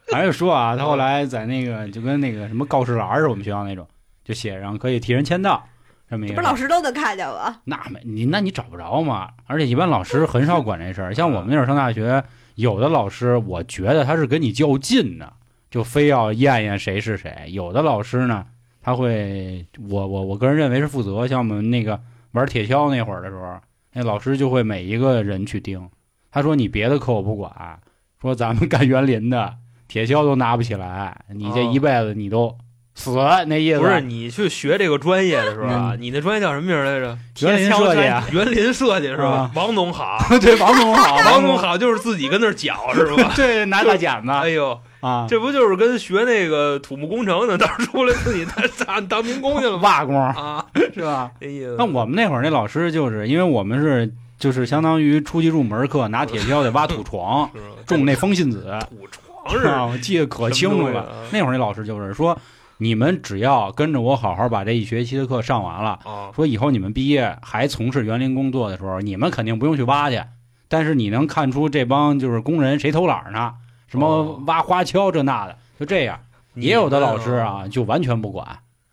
Speaker 2: 反正就说啊，他后来在那个就跟那个什么告示栏儿似的，我们学校那种，就写上可以替人签到这么一
Speaker 4: 这
Speaker 2: 个。
Speaker 4: 不是老师都能看见吗？
Speaker 2: 那没你那你找不着嘛，而且一般老师很少管这事儿。像我们那会儿上大学，有的老师，我觉得他是跟你较劲呢，就非要验验谁是谁；有的老师呢，他会，我我我个人认为是负责。像我们那个玩铁锹那会儿的时候，那老师就会每一个人去盯。他说：“你别的课我不管，说咱们干园林的铁锹都拿不起来，你这
Speaker 3: 哦
Speaker 2: 一辈子你都死那意思。”
Speaker 3: 不是你去学这个专业的时候
Speaker 2: 嗯
Speaker 3: 啊，你那专业叫什么名儿来着？
Speaker 2: 园林设计
Speaker 3: 铁锹
Speaker 2: 啊
Speaker 3: 专，园林设计是吧
Speaker 2: 啊？
Speaker 3: 王总好，
Speaker 2: 对王总好，
Speaker 3: 王总好就是自己跟那儿搅是 吧？
Speaker 2: 对拿大剪子
Speaker 3: 哎呦，
Speaker 2: 啊，
Speaker 3: 这不就是跟学那个土木工程的，到时候出来自己当当当民工去 了吗？
Speaker 2: 瓦工
Speaker 3: 啊，
Speaker 2: 是吧？
Speaker 3: 这意思。
Speaker 2: 那我们那会儿那老师就是因为我们是就是相当于初级入门课，拿铁锹得挖土床，
Speaker 3: 是吧
Speaker 2: 种那风信子啊，
Speaker 3: 土床 是吧
Speaker 2: 我记得可清楚了。
Speaker 3: 了
Speaker 2: 那会儿那老师就是说，你们只要跟着我好好把这一学期的课上完了，
Speaker 3: 啊，
Speaker 2: 说以后你们毕业还从事园林工作的时候，你们肯定不用去挖去，但是你能看出这帮就是工人谁偷懒儿呢？什么
Speaker 3: 哦
Speaker 2: 挖花锹这那的，就这样。也有的老师啊，就完全不管。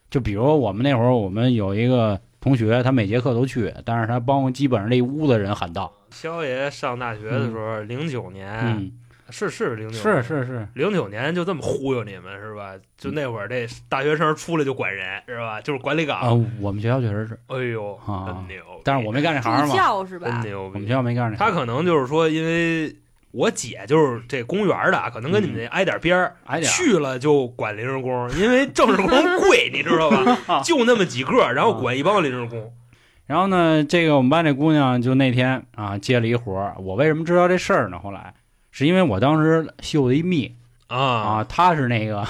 Speaker 2: 就比如我们那会儿，我们有一个同学，他每节课都去，但是他帮基本上这一屋子人喊道
Speaker 3: 肖爷上大学的时候，零九：“年
Speaker 2: 嗯，
Speaker 3: 是是零九
Speaker 2: 是是是，
Speaker 3: 零九年就这么忽悠你们是吧？就那会儿这大学生出来就管人是吧？就是管理
Speaker 2: 啊
Speaker 3: 岗，，
Speaker 2: 我们学校确实是，
Speaker 3: 哎呦，
Speaker 2: 啊
Speaker 3: 真牛！
Speaker 2: 但是我没干这行
Speaker 4: 助
Speaker 2: 嘛，
Speaker 4: 教是
Speaker 3: 真
Speaker 4: 吧？
Speaker 3: 牛
Speaker 2: 我们
Speaker 3: 逼
Speaker 2: 学。校没干 这行。
Speaker 3: 他可能就是说，因为我姐就是这公园的啊，可能跟你们这挨点边儿，
Speaker 2: 嗯矮点儿
Speaker 3: 去了就管临时工，因为正式工贵，你知 道吧？就那么几个，然后管一帮临时工。
Speaker 2: 然后呢，这个我们班这姑娘就那天啊接了一活儿，我为什么知道这事儿呢？后来是因为我当时秀的一密，
Speaker 3: 啊，
Speaker 2: 啊，他是那个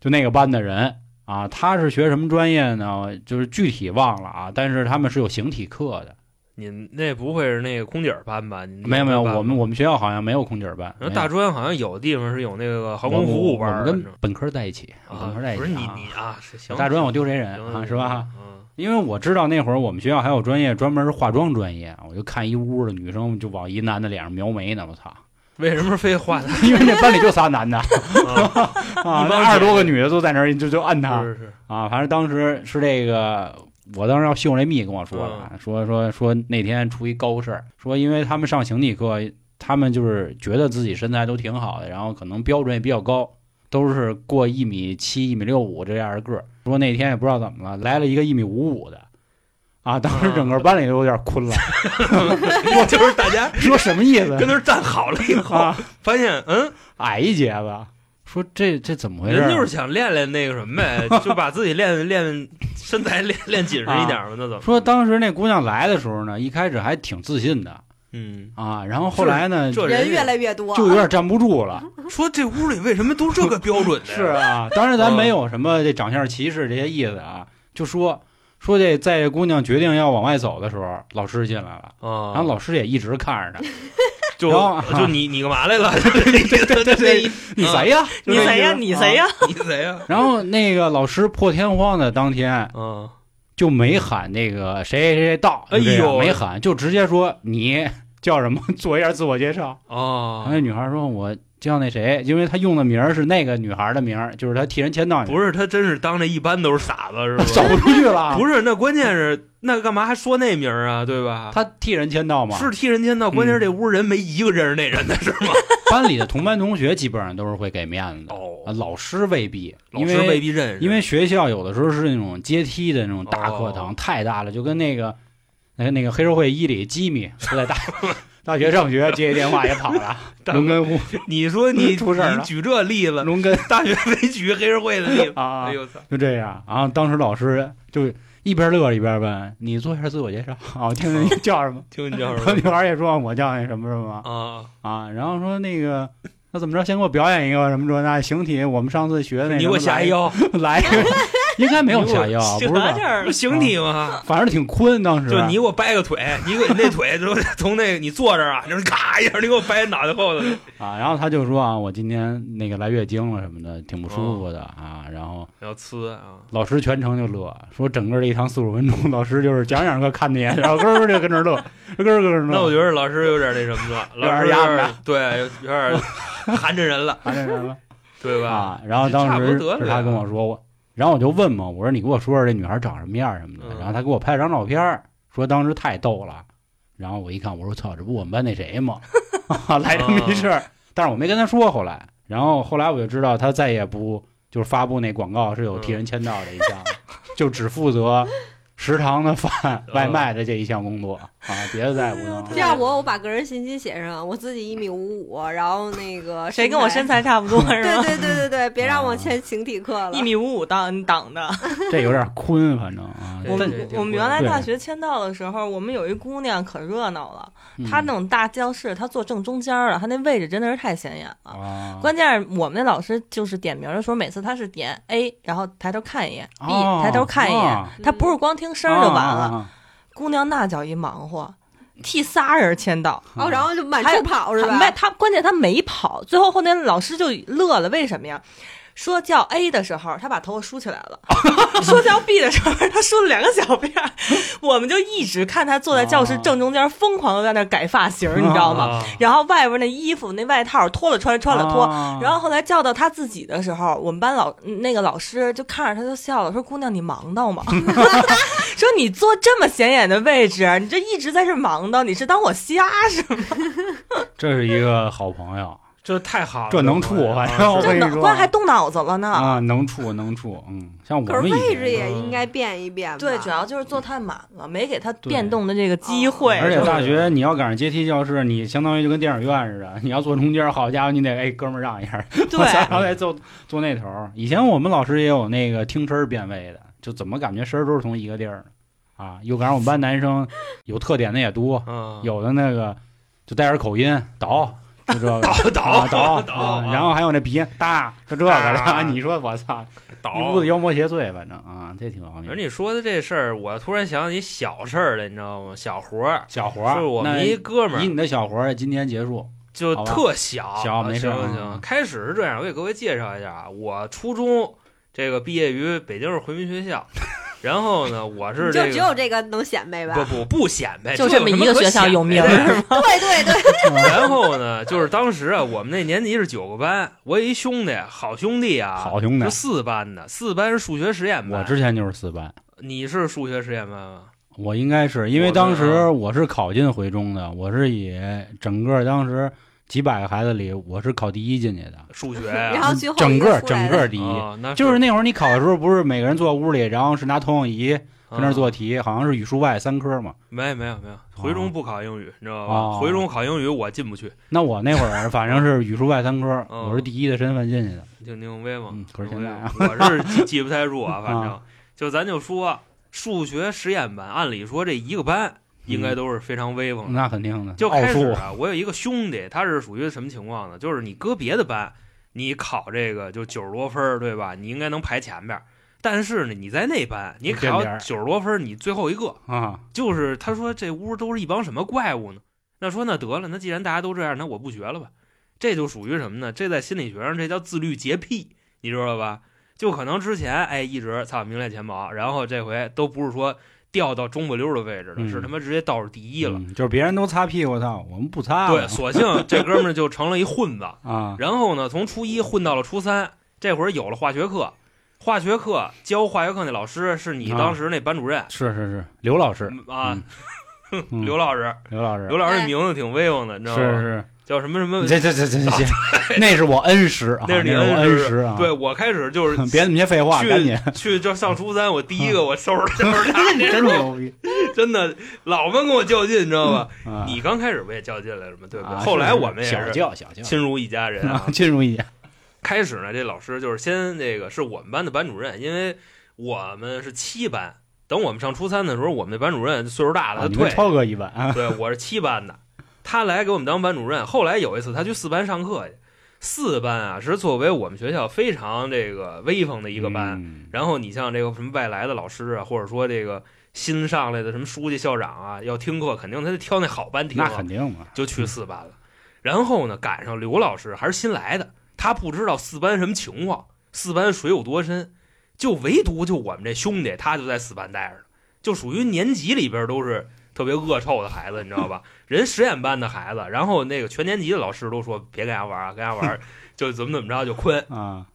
Speaker 2: 就那个班的人啊，他是学什么专业呢？就是具体忘了啊，但是他们是有形体课的。
Speaker 3: 你那不会是那个空姐儿班吧？你
Speaker 2: 没有没有，
Speaker 3: 班吧
Speaker 2: 我们我们学校好像没有空姐儿班，
Speaker 3: 然后
Speaker 2: 没
Speaker 3: 大
Speaker 2: 有
Speaker 3: 专好像有地方是有那个航
Speaker 2: 我
Speaker 3: 空
Speaker 2: 们
Speaker 3: 服务班
Speaker 2: 我们
Speaker 3: 儿的，
Speaker 2: 跟本科在一起，本科在
Speaker 3: 啊
Speaker 2: 一起、啊。
Speaker 3: 不是你你啊，是行
Speaker 2: 大专我丢谁人
Speaker 3: 行
Speaker 2: 啊，
Speaker 3: 行
Speaker 2: 是吧？
Speaker 3: 嗯，
Speaker 2: 因为我知道那会儿我们学校还有专业专门是化妆专业，啊我就看一屋的女生就往一男的脸上描眉呢，我操！
Speaker 3: 为什么非画他？
Speaker 2: 因为那班里就仨 男的啊，
Speaker 3: 啊
Speaker 2: 那二十多个女的都在那儿就就按他，
Speaker 3: 是是
Speaker 2: 啊，反正当时是这个，我当时要秀那密跟我说的
Speaker 3: 嗯
Speaker 2: 啊，说说说那天出一高事儿，说因为他们上形体课，他们就是觉得自己身材都挺好的，然后可能标准也比较高，都是过一米七、一米六五这样的个儿。说那天也不知道怎么了，来了一个一米五五的，啊，当时整
Speaker 3: 嗯
Speaker 2: 个班里都有点困了，
Speaker 3: 是，就是大家
Speaker 2: 说什么意
Speaker 3: 跟
Speaker 2: 思
Speaker 3: 那儿站好了以后
Speaker 2: 啊，？
Speaker 3: 发现嗯。
Speaker 2: 矮一截子，说这这怎么回事儿？啊
Speaker 3: 人就是想练练那个什 么呗，就把自己练练身材练练紧实一点嘛，那怎么？
Speaker 2: 啊说当时那姑娘来的时候呢，一开始还挺自信的
Speaker 3: 嗯，
Speaker 2: 啊，然后后来呢，
Speaker 3: 这
Speaker 4: 人
Speaker 3: 也
Speaker 4: 越来越多，
Speaker 2: 就有点站不住了。
Speaker 5: 嗯
Speaker 3: 说这屋里为什么都这个标准的呀？
Speaker 2: 嗯 是啊，当然咱
Speaker 3: 嗯
Speaker 2: 没有什么这长相歧视这些意思啊，就说说这在这姑娘决定要往外走的时候，老师进来了，
Speaker 3: 啊，
Speaker 2: 然后老啊师也一直看着她，
Speaker 3: 就啊
Speaker 2: 然后
Speaker 3: 就你你干嘛来了？ 对对
Speaker 2: 对 对，你谁
Speaker 3: 啊
Speaker 2: 呀？
Speaker 5: 你谁呀？你谁呀？
Speaker 3: 你谁啊呀？
Speaker 2: 然后那个老师破天荒的当天
Speaker 3: 嗯，
Speaker 2: 就没喊那个谁谁谁到，就这样
Speaker 3: 哎呦
Speaker 2: 没喊，就直接说你叫什么，做一下自我介绍。然后
Speaker 3: 哦
Speaker 2: 那，女孩说：“我叫那谁，因为她用的名儿是那个女孩的名儿，就是她替人签到，
Speaker 3: 不是他，真是当着一般都是傻子是吧？
Speaker 2: 走不出去了，啊
Speaker 3: 不是，那关键是那干嘛还说那名儿啊？对吧？
Speaker 2: 她替人签到嘛？
Speaker 3: 是替人签到，关键
Speaker 2: 嗯
Speaker 3: 是这屋人没一个认识那人的是 吗？
Speaker 2: 班里的同班同学基本上都是会给面子的，啊
Speaker 3: 哦，
Speaker 2: 老师未必，
Speaker 3: 老
Speaker 2: 因
Speaker 3: 师
Speaker 2: 为
Speaker 3: 未必认识，
Speaker 2: 因为学校有的时候是那种阶梯的那种大课堂，
Speaker 3: 哦
Speaker 2: 太大了，就跟那个那个那个黑社会一里吉米就在大 大学上学接一电话也跑了，
Speaker 3: 大
Speaker 2: 龙根屋
Speaker 3: 你说 你
Speaker 2: 出事儿了
Speaker 3: 你举这例子，
Speaker 2: 龙根
Speaker 3: 大学没举黑社会的例子。
Speaker 2: 啊
Speaker 3: 哎，呦我操！
Speaker 2: 就这样。然后当时老师就一边乐一边问：“你做一下自我 介绍啊，我听听你叫什么。”
Speaker 3: 听你叫
Speaker 2: 然后女孩也说：“我叫那什么什么
Speaker 3: 啊？
Speaker 2: 啊。”然后说那个。那怎么着？先给我表演一个什么这那形体？我们上次学的那
Speaker 3: 你
Speaker 2: 什
Speaker 3: 给
Speaker 2: 么
Speaker 3: 我下
Speaker 2: 来
Speaker 3: 一 腰，
Speaker 2: 来，应该没有下药，啊不是
Speaker 3: 行
Speaker 2: 吧
Speaker 5: 这？儿
Speaker 3: 不形体吗？
Speaker 2: 反正挺困，当时
Speaker 3: 就你给我掰个 腿，你给我那腿就从那个你坐这儿啊，就是咔一下，你给我掰脑袋后头。
Speaker 2: 啊，然后他就说啊，我今天那个来月经了什么的，挺不舒服的啊。然后
Speaker 3: 要呲啊！
Speaker 2: 老师全程就乐，说整个这一堂四五分钟，老师就是讲讲课看你，然后咯咯就跟那乐，咯咯跟那乐。
Speaker 3: 那我觉得老师有点那什么了，
Speaker 2: 有点
Speaker 3: 老师
Speaker 2: 压
Speaker 3: 有
Speaker 2: 着
Speaker 3: 点对，有点 寒碜人了，
Speaker 2: 啊这什么
Speaker 3: 对吧？
Speaker 2: 啊？然后当时
Speaker 3: 差不多得
Speaker 2: 是
Speaker 3: 了
Speaker 2: 他跟我说，我然后我就问嘛，我说你给我说说这女孩长什么样什么的，
Speaker 3: 嗯
Speaker 2: 然后他给我拍了张照片儿，说当时太逗了。然后我一看，我说操，这不我们班那谁吗？ 啊来这么一事
Speaker 3: 嗯
Speaker 2: 儿，但是我没跟他说。后来，然后后来我就知道他再也不就是发布那广告是
Speaker 3: 嗯
Speaker 2: 有替人签到这一项，就只负责食堂的饭、
Speaker 3: 哦
Speaker 2: 外卖的这一项工作啊，别的再也不弄了
Speaker 5: 嗯
Speaker 4: 这。样我我把个人信息写上，我自己一米五五，然后那个
Speaker 5: 谁跟我身
Speaker 4: 材？
Speaker 5: 材差不多是
Speaker 4: 对
Speaker 5: 吧？
Speaker 4: 对对对对，别让我签形体课了。
Speaker 5: 一米五五当你挡的。
Speaker 2: 这有点坤，反正啊，
Speaker 3: 对
Speaker 5: 我
Speaker 3: 这
Speaker 5: 们
Speaker 3: 挺
Speaker 5: 我们原来
Speaker 2: 贵的
Speaker 5: 大学签到的时候，我们有一姑娘可热闹了，
Speaker 2: 嗯
Speaker 5: 她那种大教室，她坐正中间儿了，她那位置真的是太显眼了。
Speaker 2: 啊，
Speaker 5: 关键是我们那老师就是点名的时候，每次他是点 A，然后抬头看一眼，B
Speaker 2: 哦
Speaker 5: 抬头看一眼
Speaker 2: 啊，
Speaker 5: 他不是光听声儿就完
Speaker 3: 嗯
Speaker 5: 了。
Speaker 2: 啊
Speaker 5: 姑娘那叫一忙活，替仨人签到，
Speaker 4: 哦，然后就满
Speaker 5: 还有
Speaker 4: 处跑是吧？
Speaker 5: 没他关键他没跑，最后后面老师就乐了，为什么呀？说叫 A 的时候，他把头梳起来了；说叫 B 的时候，他梳了两个小辫儿。我们就一直看他坐在教室正中间，疯狂的在那儿改发型，你知道吗？
Speaker 3: 啊
Speaker 5: 然后外边那衣服、那外套脱了穿，穿了脱，
Speaker 2: 啊
Speaker 5: 然后后来叫到他自己的时候，我们班老嗯那个老师就看着他就笑了，说：“姑娘，你忙到吗？ 说你坐这么显眼的位置，你这一直在这忙到，你是当我瞎是吗？
Speaker 2: 这是一个好朋友
Speaker 3: 这啊太好了，
Speaker 2: 这能处
Speaker 3: 我
Speaker 2: 反正我
Speaker 5: 这
Speaker 2: 跟你
Speaker 5: 脑
Speaker 2: 说
Speaker 5: 关键还动脑子了呢。
Speaker 2: 啊，能处能处，嗯，像我
Speaker 4: 可
Speaker 2: 们
Speaker 4: 是
Speaker 2: 以
Speaker 4: 位
Speaker 2: 前
Speaker 4: 置也应该变一变吧。
Speaker 5: 对，主要就是坐太满了，没给他变动的这个机会。
Speaker 2: 哦而且
Speaker 5: 是吧
Speaker 2: 大学你要赶上阶梯教室，你相当于就跟电影院似的，你要坐中间，好家伙，你得哎哥们儿让一下，
Speaker 5: 对
Speaker 2: 然后再坐坐那头儿。以前我们老师也有那个听声儿辨位的，就怎么感觉声儿都是从一个地儿的啊。又赶上我们班男生有特点的也多，
Speaker 3: 嗯，
Speaker 2: 有的那个就带点口音倒。就这 个倒
Speaker 3: 倒
Speaker 2: 倒
Speaker 3: 倒
Speaker 2: 啊
Speaker 3: 啊
Speaker 2: 然后还有那鼻音大，就这个，然后
Speaker 3: 啊
Speaker 2: 你说我操，
Speaker 3: 倒
Speaker 2: 一屋子妖魔邪祟，反正啊，这挺方
Speaker 3: 而
Speaker 2: 便。
Speaker 3: 你说的这事儿，我突然想起小事儿了，你知道吗？小活儿，
Speaker 2: 小活儿，
Speaker 3: 就是我
Speaker 2: 那
Speaker 3: 们一哥们
Speaker 2: 以
Speaker 3: 儿，
Speaker 2: 你的小活儿，今天结束，
Speaker 3: 就
Speaker 2: 好吧
Speaker 3: 特小，
Speaker 2: 小没事儿
Speaker 3: 行行
Speaker 2: 嗯
Speaker 3: 行。开始是这样，我给各位介绍一下啊，我初中这个毕业于北京市回民 学校，然后呢，我是
Speaker 4: 你就
Speaker 3: 这
Speaker 4: 只
Speaker 3: 个
Speaker 4: 有这个啊能显摆吧
Speaker 3: 不？不不显摆，
Speaker 5: 就
Speaker 3: 这
Speaker 5: 这么
Speaker 3: 有
Speaker 5: 一个
Speaker 3: 可
Speaker 5: 学校
Speaker 3: 显
Speaker 5: 有
Speaker 3: 摆
Speaker 5: 名
Speaker 3: 的
Speaker 5: 儿是
Speaker 4: 对对对，
Speaker 3: 然后呢，就是当时啊，我们那年级是九个班，我有一兄弟，好兄弟啊，
Speaker 2: 好兄弟
Speaker 3: 是四班的，四班数学实验班。
Speaker 2: 我之前就是四班，
Speaker 3: 你是数学实验班吗？
Speaker 2: 我应该是因为
Speaker 3: 我
Speaker 2: 当
Speaker 3: 是
Speaker 2: 时
Speaker 3: 啊
Speaker 2: 我是考进回中的，我是以整个当时几百个孩子里，我是考第一进去的，嗯
Speaker 3: 数学
Speaker 4: 然
Speaker 3: 啊，
Speaker 4: 后最后
Speaker 2: 整
Speaker 4: 一
Speaker 2: 个
Speaker 4: 出来
Speaker 2: 整
Speaker 4: 的
Speaker 2: 个第一。
Speaker 3: 哦那
Speaker 2: 就是那会儿你考的时候，不是每个人坐屋里，然后是拿投影仪
Speaker 3: 跟
Speaker 2: 跟那儿做题，好像是语数外三科嘛。
Speaker 3: 啊没有没有没有，回中不考英语，你知道
Speaker 2: 哦
Speaker 3: 吧？回中考英语我进不去，
Speaker 2: 那我那会儿反正是语数外三科，
Speaker 3: 嗯
Speaker 2: 我是第一的身份进去的。
Speaker 3: 听听明白吗
Speaker 2: 嗯？可是现在啊
Speaker 3: 我是记记不太住 啊，反正
Speaker 2: 啊
Speaker 3: 就咱就说数学实验班，按理说这一个班应该都是非常威风的。
Speaker 2: 嗯那肯定的，
Speaker 3: 嗯就
Speaker 2: 奥
Speaker 3: 开始
Speaker 2: 数
Speaker 3: 啊，我有一个兄弟，他是属于什么情况呢？就是你搁别的班，你考这个就九十多分儿，对吧？你应该能排前边儿。但是呢，你在那班，你
Speaker 2: 垫
Speaker 3: 考
Speaker 2: 底儿
Speaker 3: 九十多分儿，你最后一个。
Speaker 2: 啊，
Speaker 3: 就是他说这屋都是一帮什么怪物呢？那说那得了，那既然大家都这样，那我不学了吧？这就属于什么呢？这在心理学上这叫自律洁癖，你知道吧？就可能之前哎一直操名列前茅，然后这回都不是说掉到中不溜儿的位置了，
Speaker 2: 嗯
Speaker 3: 是他妈直接倒数第一了。啊
Speaker 2: 嗯就是别人都擦屁股，操，我们不擦了。
Speaker 3: 对，索性这哥们儿就成了一混子。
Speaker 2: 啊，
Speaker 3: 然后呢，从初一混到了初三，这会儿有了化学课，化学课教化学课那老师是你
Speaker 2: 啊
Speaker 3: 当时那班主任
Speaker 2: 是是是，刘老师，
Speaker 3: 嗯啊，
Speaker 2: 嗯
Speaker 3: 刘老师。
Speaker 2: 刘老师，
Speaker 3: 刘老师
Speaker 4: 哎
Speaker 3: 名字挺威风的，你知道
Speaker 2: 是
Speaker 3: 吗？
Speaker 2: 是，
Speaker 3: 叫什么什么
Speaker 2: 你？这这这这这， 那是我恩师啊，
Speaker 3: 那是你
Speaker 2: 我
Speaker 3: 恩师
Speaker 2: 师啊。嗯
Speaker 3: 对，我开 始就是
Speaker 2: 别那么些废话，赶紧，嗯
Speaker 3: 去去就上初三，我第一个我收拾 就 是他，
Speaker 2: 真牛逼！
Speaker 3: 真的老们跟我较劲，你知道吧？
Speaker 2: 啊
Speaker 3: 你刚开始不也较劲来着吗？对不对？
Speaker 2: 啊
Speaker 3: 后来我们也
Speaker 2: 小
Speaker 3: 是
Speaker 2: 叫小叫，
Speaker 3: 亲如一家人啊
Speaker 2: 啊。进入一点
Speaker 3: 开始呢，这老师就是先那个是我们班的班主任，因为我们是七班，等我们上初三的时候，我们那班主任岁数大了，
Speaker 2: 啊，
Speaker 3: 他
Speaker 2: 你
Speaker 3: 退
Speaker 2: 们，超哥一般啊，
Speaker 3: 对，我是七班的，他来给我们当班主任。后来有一次，他去四班上课去，四班啊是作为我们学校非常这个威风的一个班。
Speaker 2: 嗯
Speaker 3: 然后你像这个什么外来的老师啊，或者说这个新上来的什么书记、校长啊，要听课，肯定他就挑那好班听
Speaker 2: 那
Speaker 3: 啊
Speaker 2: 肯，定嘛，
Speaker 3: 就去四班了。然后呢，赶上刘老师还是新来的，他不知道四班什么情况，四班水有多深，就唯独就我们这兄弟，他就在四班待着呢，就属于年级里边都是特别恶臭的孩子，你知道吧？ 人实验班的孩子，然后那个全年级的老师都说别跟他玩啊，跟 他玩儿就怎么怎么着就困。
Speaker 2: 啊，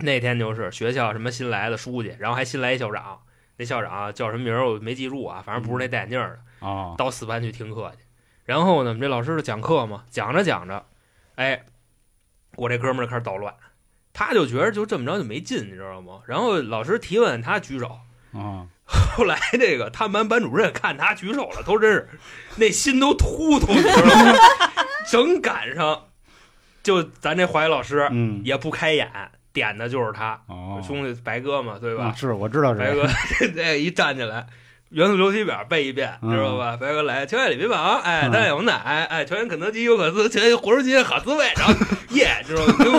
Speaker 3: 那天就是学校什么新来的书记，然后还新来一校长，那校长叫什么名儿我没记住啊，反正不是那戴眼镜儿的，
Speaker 2: 哦，
Speaker 3: 到四班去听课去。然后呢，我们这老师就讲课嘛，讲着讲着，哎，我这哥们儿开始捣乱，他就觉得就这么着就没劲，你知道吗？然后老师提问他举手，
Speaker 2: 啊，
Speaker 3: 后来这个他们班班主任看他举手了，都真是那心都突突，你知道吗？ 整赶上，就咱这华语老师
Speaker 2: 嗯，
Speaker 3: 也不开眼，点的就是他，
Speaker 2: 哦，
Speaker 3: 兄弟白哥嘛，对吧？
Speaker 2: 啊是我知道是
Speaker 3: 白
Speaker 2: 谁
Speaker 3: 哥这一站起来，元素周期表背一遍，
Speaker 2: 嗯
Speaker 3: 知道吧？白哥来，全员礼宾榜，哎，
Speaker 2: 嗯
Speaker 3: 单有奶，哎，全员肯德基、优可思，全员火烧鸡、好滋味，然后耶，知道吗？就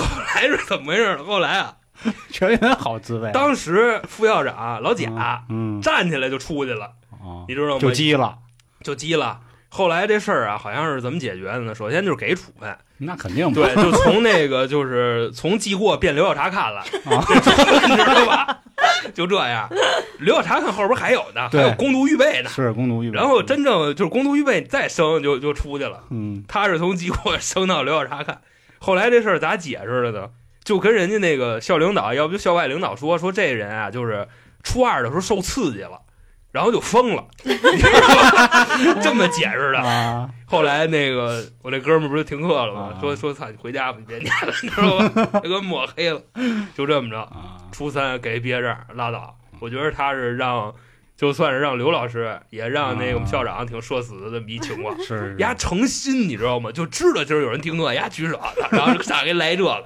Speaker 3: 后来是怎么回事呢？后来啊，
Speaker 2: 全员好滋味。
Speaker 3: 当时副校长老贾、
Speaker 2: 嗯，
Speaker 3: 站起来就出去了，
Speaker 2: 哦，
Speaker 3: 你知道吗？
Speaker 2: 就鸡了，
Speaker 3: 就急了。后来这事儿啊，好像是怎么解决的呢？首先就是给处分，
Speaker 2: 那肯 定不
Speaker 3: 对，就从那个就是从记货变刘小茶看了，这处分 你知道吧？就这样，刘小茶看后边还有呢，还
Speaker 2: 对嗯
Speaker 3: 有攻读预备 呢。
Speaker 2: 是工读预备。
Speaker 3: 然后真正就是攻读预备再升就就出去了，
Speaker 2: 嗯
Speaker 3: 他是从机货升到刘小茶看。后来这事儿咋解释的呢？就跟人家那个校领导，要不就校外领导说说这人啊，就是初二的时候受刺激了，然后就疯了， 你知道吧？ 这么解释的。
Speaker 2: 啊，
Speaker 3: 后来那个我这哥们儿不是停课了吗？
Speaker 2: 啊
Speaker 3: 说说操，你回家吧，你别念了，你知道 吗？给我抹黑了，就这么着。
Speaker 2: 啊，
Speaker 3: 初三给毕业证拉倒。我觉得他是让，就算是让刘老师，也让那个我们校长挺社死的这么一情况。
Speaker 2: 是
Speaker 3: 丫诚心，你知道吗？就知道今儿有人听课，丫举手，然后就上给来这 个，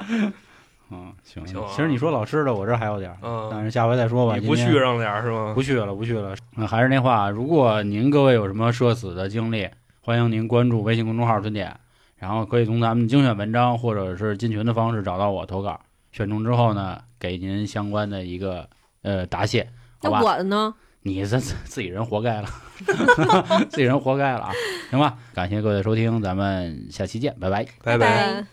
Speaker 2: 嗯，行
Speaker 3: 行啊
Speaker 2: 其实你说老师的，我这还有点儿，
Speaker 3: 嗯，
Speaker 2: 但是下回再说吧。
Speaker 3: 你不
Speaker 2: 今
Speaker 3: 续
Speaker 2: 天
Speaker 3: 上点儿是吗？
Speaker 2: 不去了，不去了。嗯，还是那话，如果您各位有什么社死的经历，欢迎您关注微信公众号“蹲点”，然后可以从咱们精选文章或者是进群的方式找到我投稿。选中之后呢，给您相关的一个呃答谢，好
Speaker 4: 那
Speaker 2: 吧？
Speaker 4: 我的呢？
Speaker 2: 你这自自己人活该了， 自己人活该了啊！行吧，感谢各位的收听，咱们下期见，拜拜。
Speaker 3: 拜
Speaker 4: 拜。